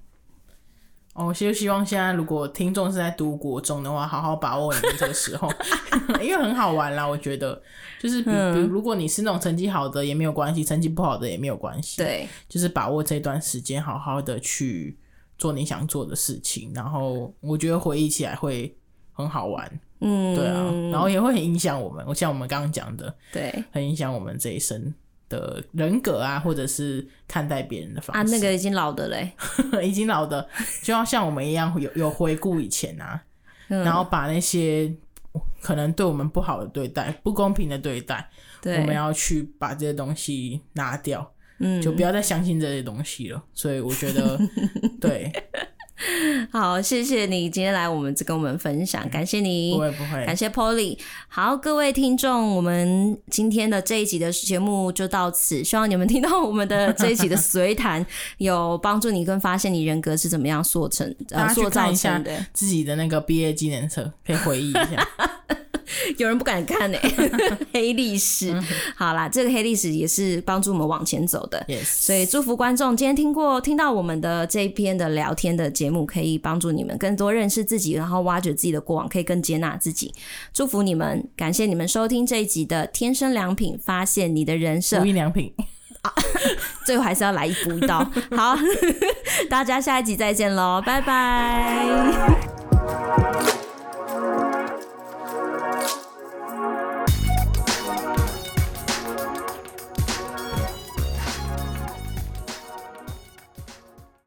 S2: 哦，就希望现在如果听众是在读国中的话，好好把握你们这个时候， <laughs> 因为很好玩啦。我觉得就是比，
S1: 嗯
S2: 比如如果你是那种成绩好的也没有关系，成绩不好的也没有关系，，
S1: 对，
S2: 就是把握这段时间，好好的去做你想做的事情，然后我觉得回忆起来会很好玩，
S1: 嗯，
S2: 对啊，然后也会很影响我们。我像我们刚刚讲的，
S1: 对
S2: 很影响我们这一生。的人格啊，或者是看待别人的
S1: 啊，
S2: 方式，
S1: 那个已经老的嘞，
S2: <laughs> 已经老的，就要像我们一样有有回顾以前啊，
S1: 嗯
S2: 然后把那些可能对我们不好的对待、不公平的对待，我们
S1: 对，
S2: 要去把这些东西拿掉，
S1: 嗯，
S2: 就不要再相信这些东西了。所以我觉
S1: <laughs>
S2: 得，对，
S1: 好，谢谢你今天来我们跟我们分享，感谢你，
S2: 不会不
S1: 感
S2: 会，
S1: 谢 Polly。好，各位听众，我们今天的这一集的节目就到此，希望你们听到我们的这一集的随谈，有帮助你跟发现你人格是怎么样塑成、
S2: 大
S1: 呃
S2: 家去
S1: 塑造
S2: 看一下
S1: 成的。
S2: 自己的那个毕业纪念册可以回忆一下。
S1: <laughs> 有人不敢看呢、
S2: <laughs>
S1: 黑历史。好啦，这个黑历史也是帮助我们往前走的。
S2: yes，
S1: 所以祝福观众今天听过听到我们的这一篇的聊天的节目，可以帮助你们更多认识自己，然后挖掘自己的过往，可以更接纳自己。祝福你们，感谢你们收听这一集的《天生良品》，发现你的人
S2: 无 <laughs>
S1: 设，
S2: 印良品，
S1: 最后还是要 <laughs> 来一步一刀。好，大家下一集再见喽，拜拜。